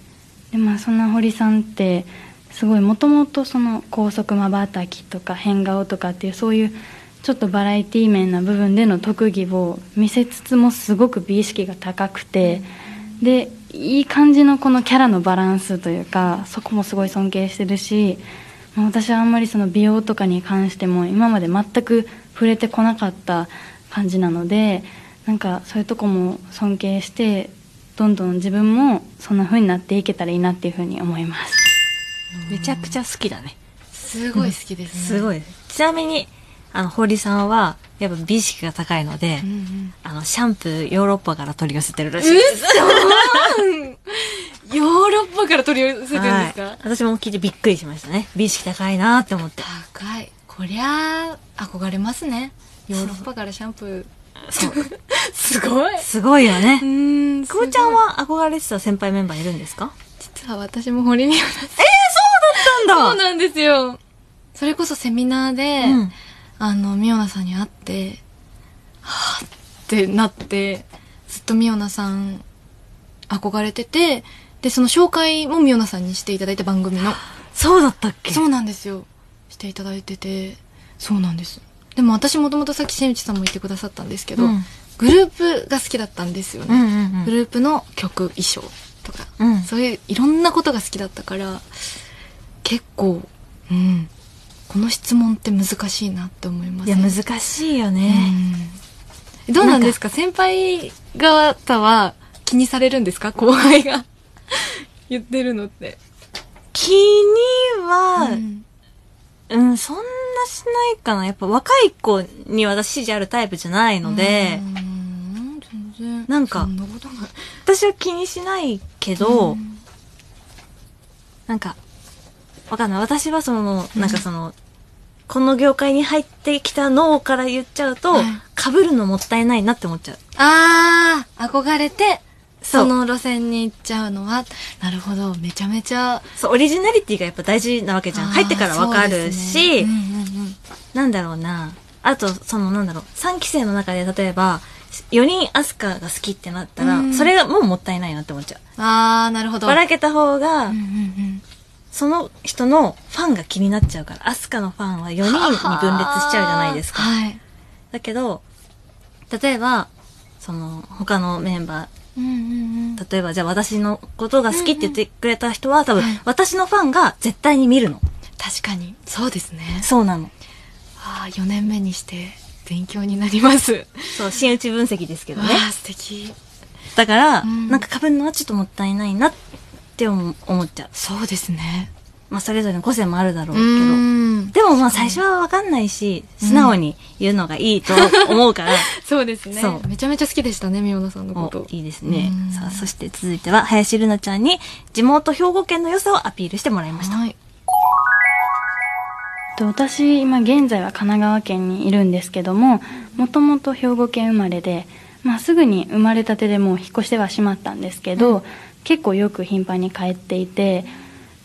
でまあそんな堀さんってすごいもともとその高速まばたきとか変顔とかっていうそういうちょっとバラエティー面な部分での特技を見せつつもすごく美意識が高くてでいい感じのこのキャラのバランスというかそこもすごい尊敬してるしまあ私はあんまりその美容とかに関しても今まで全く触れてこなかった感じなのでなんかそういうとこも尊敬してどんどん自分もそんな風になっていけたらいいなっていう風に思います
めちゃくちゃ好きだね。
すごい好きですね。
すごいです。ちなみに、あの、堀さんは、やっぱ美意識が高いので、
うん
あの、シャンプーヨーロッパから取り寄せてるらしいです。
うん、ヨーロッパから取り寄せてるんですか、
はい私も聞いてびっくりしましたね。美意識高いなーって思って。
高いこりゃあ憧れますねヨーロッパからシャンプーすごい
すごいよ
う
ね。
ーん
久保ちゃんは憧れてた先輩メンバーいるんですか
実は私も堀美央なんです
な
そうなんですよそれこそセミナーで、
うん
あの美央奈さんに会ってはぁってなってずっと美央奈さん憧れててでその紹介も美央奈さんにしていただいた番組の
そうだったっけ
そうなんですよしていただいててそうなんですでも私もともとさっき新内さんも言ってくださったんですけど、
うん
グループが好きだったんですよ
う
ね、
んうん
グループの曲衣装とか
うん。うん。
そういういろんなことが好きだったから結構、うん、この質問って難しいなって思います
いや、難しいよね。
うんどうなんですか先輩方は気にされるんですか後輩が 言ってるのって、
気には、
うん
うん、そんなしないかな。やっぱ若い子に私指示あるタイプじゃないので、
うん全然
なんか
そんなことない
私は気にしないけど、
ん
なんか、わかんない。私はその、
うん
なんかその、この業界に入ってきた脳から言っちゃうと、
はい
被るのもったいないなって思っちゃう。
ああ憧れて
そう
その路線に行っちゃうのはなるほどめちゃめちゃ
そう、オリジナリティがやっぱ大事なわけじゃん。入ってからわかるし、なんだろうな。あと、そのなんだろう、3期生の中で例えば、4人アスカが好きってなったら、
うん
それがもうもったいないなって思っちゃう。
ああなるほど
ばらけた方が、
うんうん
その人のファンが気になっちゃうから、アスカのファンは4人に分裂しちゃうじゃないですか。
はい、
だけど、例えば、その、他のメンバ
うんうんうん、
ー、例えばじゃあ私のことが好きって言ってくれた人は、多分
はい、
私のファンが絶対に見るの。
確かにそうですね
そうなの。
ああ4年目にして勉強になります、わ
そう、真打ち分析ですけどね。
あ素敵
だから、
うん
なんか被るのはちょっともったいないなって思思っちゃう。
そうですね
まあ、それぞれの個性もあるだろ
う
うけど。
ん
でもまあ最初はわかんないし、素直に言うのがいいと思う から、
そうですね
そう
めちゃめちゃ好きでしたねミオナさんのこ
お
と
いいですね
うん。
さあ、そして続いては、林瑠奈ちゃんに地元兵庫県の良さをアピールしてもらいました。
はい
と私今現在は神奈川県にいるんですけどももともと兵庫県生まれで、まあ、すぐに生まれたてでもう引っ越してはしまったんですけど、結構よく頻繁に帰っていて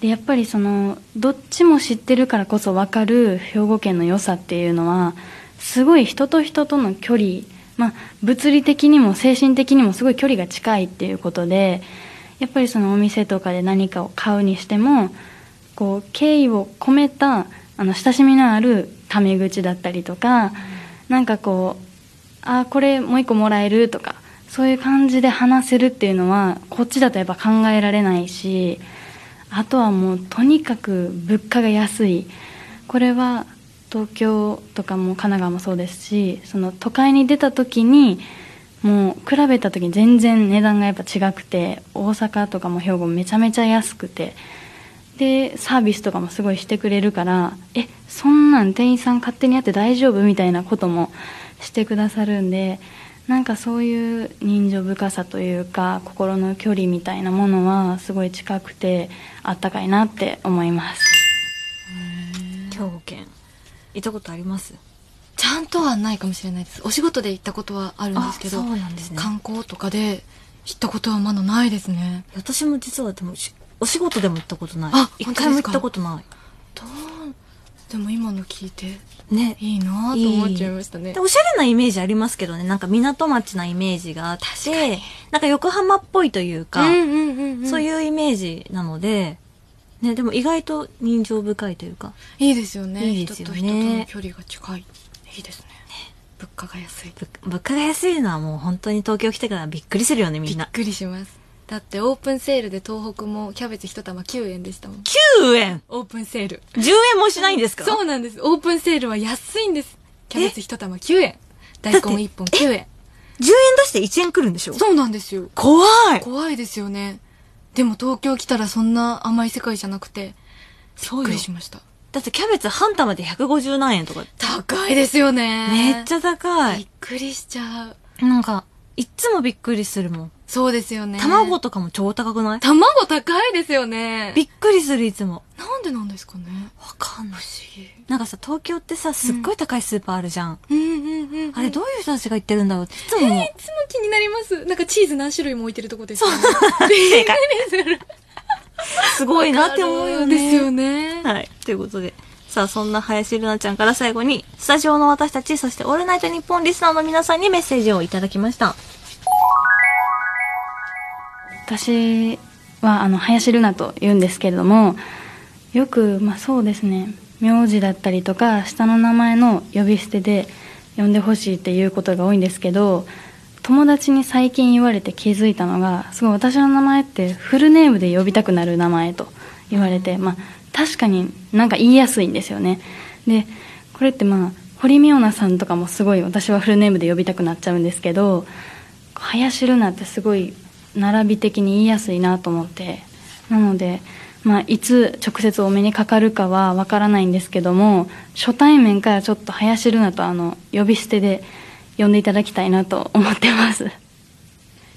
でやっぱりそのどっちも知ってるからこそ分かる兵庫県の良さっていうのはすごい人と人との距離、まあ、物理的にも精神的にもすごい距離が近いっていうことでやっぱりそのお店とかで何かを買うにしてもこう敬意を込めたあの親しみのあるタメ口だったりとか、なんかこうあーこれもう一個もらえるとかそういう感じで話せるっていうのはこっちだとやっぱ考えられないしあとはもうとにかく物価が安いこれは東京とかも神奈川もそうですしその都会に出た時にもう比べた時に全然値段がやっぱ違くて大阪とかも兵庫もめちゃめちゃ安くてでサービスとかもすごいしてくれるからえそんなん店員さん勝手にやって大丈夫みたいなこともしてくださるんでなんかそういう人情深さというか心の距離みたいなものはすごい近くてあったかいなって思います
兵庫県。行ったことあります
ちゃんとはないかもしれないですお仕事で行ったことはあるんですけど
あそうなんですね
観光とかで行ったことはまだないですね
私も実はでもし、お仕事でも行ったことない
あ。
一回も
本当です
行
か
ったことな
どうでも今の聞いて
い。ね。
いいなと思っちゃいましたね
でおしゃれなイメージありますけどね。なんか港町なイメージがあって、なんか横浜っぽいというか、
うんうんうんうん、
そういうイメージなので、ね、でも意外と人情深いというか、
いいですよね
いいですよね
人と人との距離が近いいいですね物価が安い
ぶ物価が安いのはもう本当に東京来てからびっくりするよね、み
び
ん
っ
な。
くりしますだってオープンセールで東北もキャベツ一玉9円でしたもん
9円
オープンセール
!10 円もしないんですか
そうなんですオープンセールは安いんですキャベツ一玉9円大根1本9
!10
円
円出して1円来るんでしょ
そうなんですよ
怖い
怖いですよねでも東京来たらそんな甘い世界じゃなくてび
そ
っ
う
く
よ
り。しました
だってキャベツ半玉で150何円とか。
高いですよね
めっち
ゃ
ゃ高
びっ
い。
くりしちゃう
なんか、いっつもびっくりするもん。
そうですよね。
卵とかも超高くない
卵高いですよね。
びっくりするいつも。
なんでなんですかね。
わかんない。
不思議。
なんかさ、東京ってさ、すっごい高いスーパーあるじゃん。
うんうんうん、
あれどういう人たちが行ってるんだろうっていつ
えー
も
い、つも気になります。なんかチーズ何種類も置いてるとこですよね。 そう。正解。
すごいなって思うよね。
ですよね。
はい。ということで。さあ、そんな林瑠奈ちゃんから最後に、スタジオの私たち、そしてオールナイトニッポンリスナーの皆さんにメッセージをいただきました。
私はあの林瑠奈と言うんですけれどもよく、まあ、そうですね名字だったりとか下の名前の呼び捨てで呼んでほしいっていうことが多いんですけど友達に最近言われて気づいたのがすごい私の名前ってフルネームで呼びたくなる名前と言われて、まあ、確かになんか言いやすいんですよねでこれってまあ堀美央奈さんとかもすごい私はフルネームで呼びたくなっちゃうんですけど林ルナってすごい並び的に言いやすいなと思ってなので、まあ、いつ直接お目にかかるかはわからないんですけども初対面からちょっと林ルナとあの呼び捨てで呼んでいただきたいなと思ってます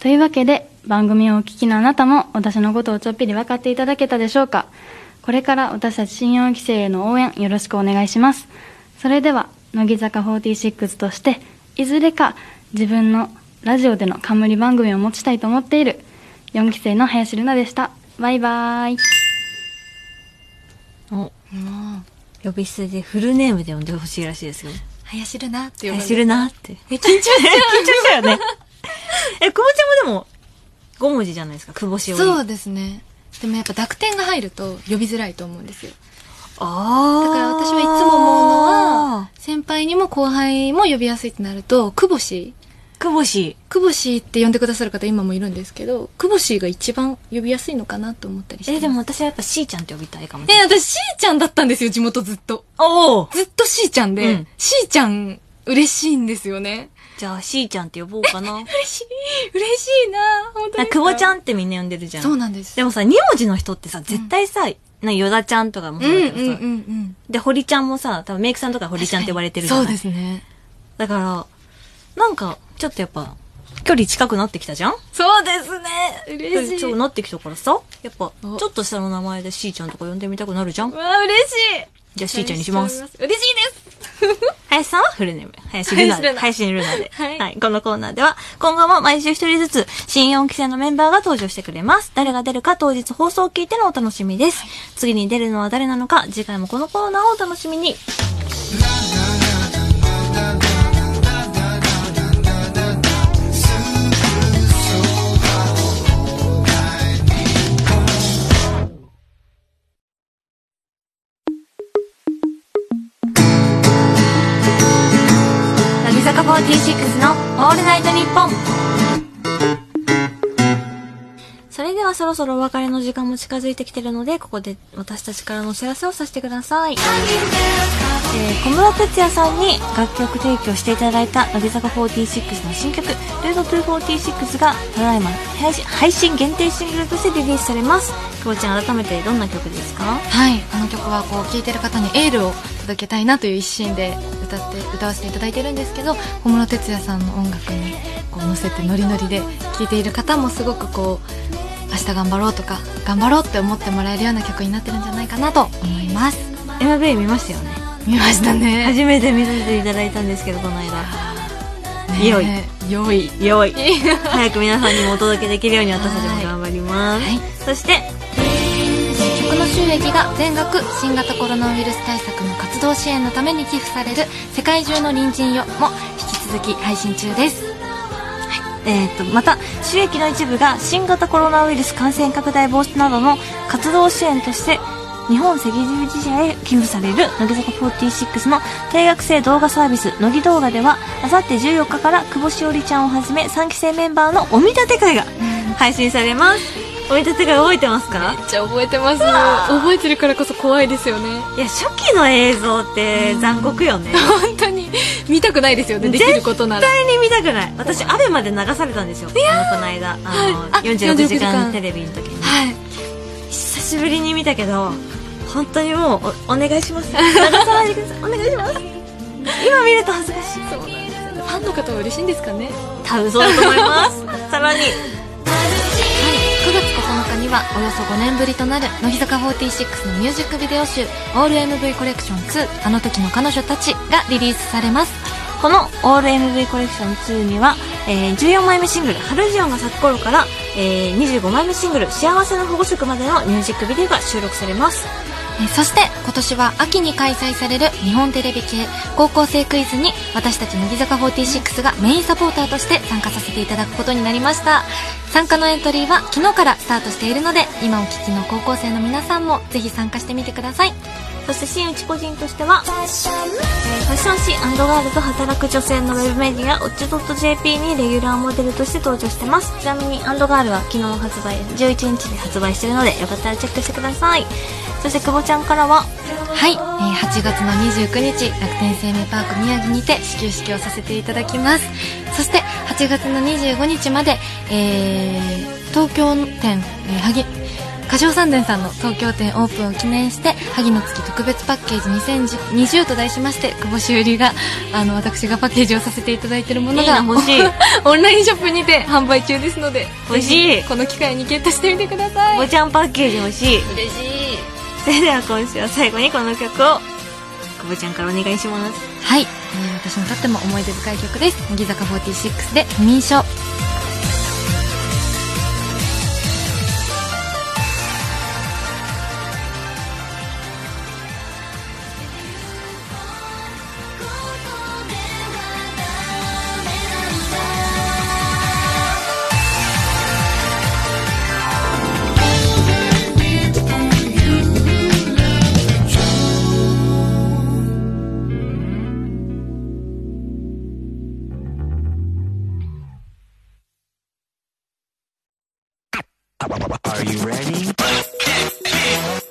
というわけで番組をお聞きのあなたも私のことをちょっぴり分かっていただけたでしょうかこれから私たち新4期生への応援よろしくお願いしますそれでは乃木坂46としていずれか自分のラジオでの冠番組を持ちたいと思っている4期生の林瑠奈でしたバイバイ
お、
もう、
呼び捨てでフルネームで呼んでほしいらしいですよ。
林るなって呼ばれ
林瑠奈って。
え、緊張し
緊張
ち
したよね。え、久保ちゃんもでも、5文字じゃないですか、久保し
ゃ
お
う。
り。。
そううですね。でもやっぱ濁点が入ると呼びづらいと思うんですよ。
あ
だ
あ。
から私はいつも思うのは、、先輩にも後輩も呼びやすいってなると、くぼし、
久保し。
くぼしって呼んでくださる方今もいるんですけど、くぼしが一番呼びやすいのかなと思ったりして。
え、でも、私はやっぱしーちゃんって呼びたいかもしれない。
え、私、しーちゃんだったんですよ、地元ずっと。
おお
ずっとしーちゃんで、
うん
しーちゃん嬉しいんですよね。
じゃあ、しーちゃんって呼ぼうか な。
嬉しい、嬉しいな本当に。
久保ちゃ
ん
んってみんな呼んでるじゃん。
そうなんです。
でもさ、2文字の人ってさ、絶対さ、な、ヨダちゃんとかも
う
そ
ん
う
うん
だ
う
けどさ、
んうん。
で、堀ちゃんもさ、多分メイクさんとか堀ちゃんって呼ばれてるじゃ
そ
な
う
い
ですね。
だから、なんか、ちょっとやっぱ、距離近くなってきたじゃん
そうですね。
距
嬉
離
しい。
近くなってきたからさ、やっぱ、
お
ちょっと下の名前でしーちゃんとか呼んでみたくなるじゃん
うわ、嬉しい。
じゃあしーちゃんにします。。
嬉しいです。
林さんはフルネーム。 林ルナで。
林
林ルナで。
はい
はい。このコーナーでは、今後も毎週一人ずつ、新4期生のメンバーが登場してくれます。誰が出るか当日放送を聞いてのお楽しみです。次に出るのは誰なのか、次回もこのコーナーをお楽しみに。乃木坂46のオールナイトニッポン。それではそろそろお別れの時間も近づいてきてるので、ここで私たちからのお知らせをさせてください。えー、小室哲也さんに楽曲提供していただいた乃木坂46の新曲、ルート246が、ただいま配信配信限定シングルとしてリリースされます。久保ちゃん、改めてどんな曲ですか
はい、この曲はこう聴いてる方にエールを届けたいなという一心で歌って歌わせていただいてるんですけど、小室哲也さんの音楽にこう乗せてノリノリで聴いている方もすごくこう明日頑張ろうとか頑張ろうって思ってもらえるような曲になってるんじゃないかなと思います。
?MV 見ましたよね。
見ましたね。
初めて見させていただいたんですけど、この間。
ね
良い
良い。
よい早く皆さんにもお届けできるように私たち
は
も
い
頑張ります、
はい
そして
この収益が全額新型コロナウイルス対策の活動支援のために寄付される世界中の隣人よも引き続き配信中です。
えー、とまた収益の一部が新型コロナウイルス感染拡大防止などの活動支援として日本赤十字社へ寄付される乃木坂46の定額制動画サービス乃木動画ではあさって14日から久保しおりちゃんをはじめ3期生メンバーのお見立て会が配信されますお見立て会覚えてますか
めっちゃ覚えてます覚えてるからこそ怖いですよね
いや初期の映像って残酷よね
本当に見たくないですよねできることなら
絶対に見たくない私アベまで流されたんですよあのこの間あの、
あ
46時
46時間
間テレビの時に
はい
久しぶりに見たけど本当にもうおお願いします流さないでくださいお願いします今見ると恥ずかしい
そうなんですよねファンの方は嬉しいんですかね
多分そうだと思いますさらに
9月9日にはおよそ5年ぶりとなる乃木坂46のミュージックビデオ集「AllMV コレクション2あの時の彼女たち」がリリースされます
この「オール m v コレクション2」には、えー14枚目シングル「春ジオン」が咲く頃から、えー25枚目シングル「幸せの保護色」までのミュージックビデオが収録されます
えーそして今年は秋に開催される日本テレビ系高校生クイズに私たち乃木坂46がメインサポーターとして参加させていただくことになりました参加のエントリーは昨日からスタートしているので今お聞きの高校生の皆さんもぜひ参加してみてください
そして新内個人としては、えーファッション誌ガールと働く女性のウェブメディア watch.jp にレギュラーモデルとして登場してますちなみにガールは昨日発売11日で発売してるのでよかったらチェックしてくださいそして久保ちゃんからは
はい、えー8月の29日楽天生命パーク宮城にて始球式をさせていただきますそして8月の25日まで、えー東京店、えー、萩歌唱三殿さんの東京店オープンを記念して萩の月特別パッケージ2020と題しまして久保修理があの私がパッケージをさせていただいているものが
いいな欲 しい
オンラインショップにて販売中ですので
欲しい
ぜひこの機会にゲットしてみてください
久保ちゃんパッケージ欲しい
嬉しい
それでは今週は最後にこの曲を久保ちゃんからお願いします
はい、えー私にとっても思い出深い曲です乃木坂46で不眠症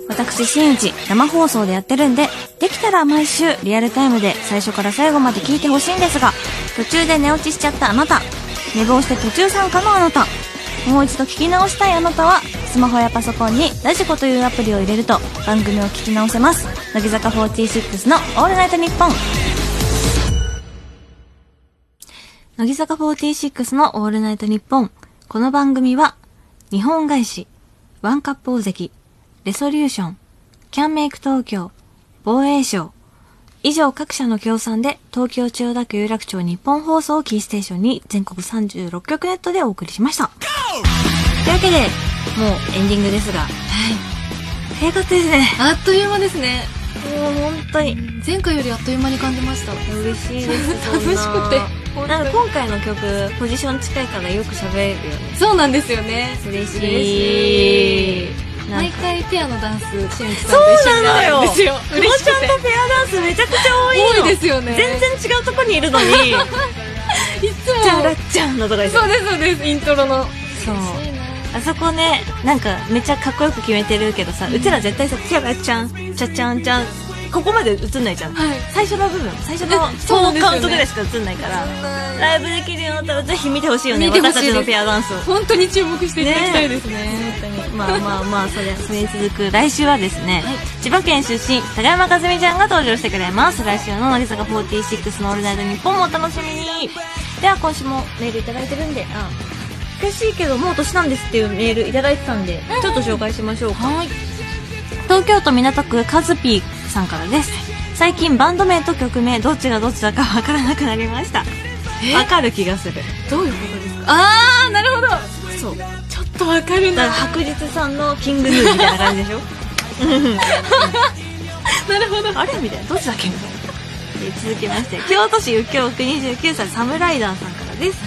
私新内生放送でやってるんでできたら毎週リアルタイムで最初から最後まで聞いてほしいんですが途中で寝落ちしちゃったあなた寝坊して途中参加のあなたもう一度聞き直したいあなたはスマホやパソコンにラジコというアプリを入れると番組を聞き直せます乃木坂46の「オールナイトニッポン」乃木坂46のオールナイトニッポン。この番組は、日本外資、ワンカップ大関、レソリューション、キャンメイク東京、防衛省、以上各社の協賛で、東京千代田区有楽町日本放送をキーステーションに全国36局ネットでお送りしました。というわけで、もうエンディングですが、
はい
早かったですね。
あっという間ですね
もう本当に。
前回よりあっという間に感じました
嬉しいです。
楽しく
そ
て
んな。なんか今回の曲、ポジション近いからよく喋れるよね。
そうなんですよね
嬉しい。なん
毎
か
回ペアのダンスしんちさん
そ
と
う
一緒
な
に
の
なる
よ
んですよ
久
嬉
保
しく
ちゃん
て
とペアダンスめちゃくちゃ多い
多
の
いですよね
全然違うとこにい るのに「
いつも
チャラちゃん」のとかですよ
そうですそうですイントロの
そう
嬉しいな
あそこねなんかめっちゃかっこよく決めてるけどさ、うちら絶対さ「チャラちゃん」「チャチャンちゃん」ここまで映んないじゃん、
はい
最初の部分最初の
えそうなん
4
ですよね
カウントぐらいしか映んないから、ライブできるようになったらぜひ見てほしいよね
見てほしい
私
で
たち
す
のペアダンスを
本当に注目していただきたいですね本当に
まあまあまあそれそれに続く来週はですね、千葉県出身高山和美ちゃんが登場してくれます来週の乃木坂46の「オールナイトニッポン」もお楽しみにでは今週もメールいただいてるんであ悔しいけどもう年なんですっていうメールいただいてたんで、ちょっと紹介しましょうか
はい
東京都港区カズピーさんからです最近バンド名と曲名どっちがどっちだかわからなくなりましたわかる気がする
どういうことですかああなるほど
そうだか
ちょっとわかる
ら
な
白日さんの「キングヌー」みたいな感じ でしょ
なるほど
あれみたいなどっちだっけみたいなえー続きまして京都市右京区29歳サムライダーさんからです、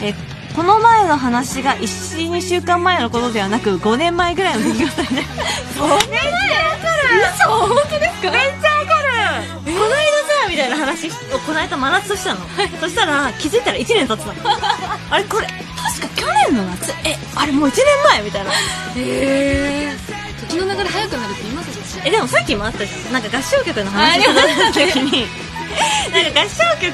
えーこの前の話が12週間前のことではなく5年前ぐらいの出来事で5年前嘘本当ですかめっちゃわかる、この間さみたいな話をこの間真夏としたの、そしたら気づいたら1年経ってたのあれこれ確か去年の夏えあれもう1年前みたいな
へえ時の流れ早くなるって言いますよね
えでもさっきもあったじゃんなんか合唱曲の話をした時になんか合唱曲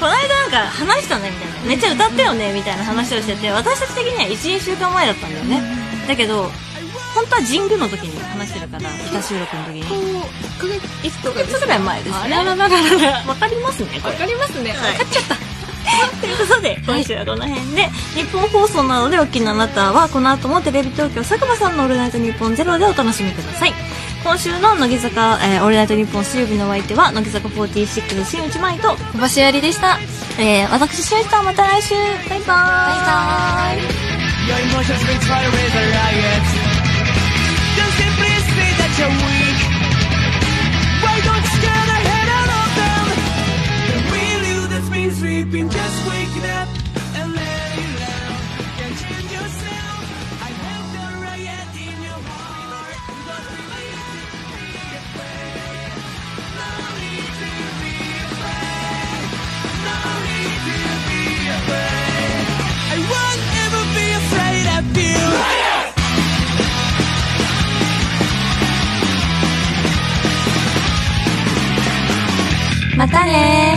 この間なんか話したねみたいなめっちゃ歌ったよねみたいな話をしてて私たち的には12週間前だったんだよねだけど本当は神宮の時に話してるから歌収録の時
こう
に
1ヶ月とか
1
で
つ
す
ぐらい前です
あ
ね
らららららら
わかりますねこ
わ
れ
かりますね、
はい
わかっちゃった
ということで今週はこの辺で、日本放送などでお聞きのあなたはこの後もテレビ東京佐久間さんの「オールナイトニッポンゼロでお楽しみください今週の乃木坂、えー、オールナイトニッポン水曜日のお相手は乃木坂46新内舞と、
小橋ありでした。
えー、私しゅうたまた来週バイバーイ
バイバーイ。
Your emotions will fire with a riot. Don't simply say that you're weak. Why don't you get ahead out of them? The real you that's been sleeping just waking up and let it out. Can't change yourself. I have the riot in your heart. Don't be afraid. No need to be afraid. No need to be afraid. I won't ever be afraid of you.
またねー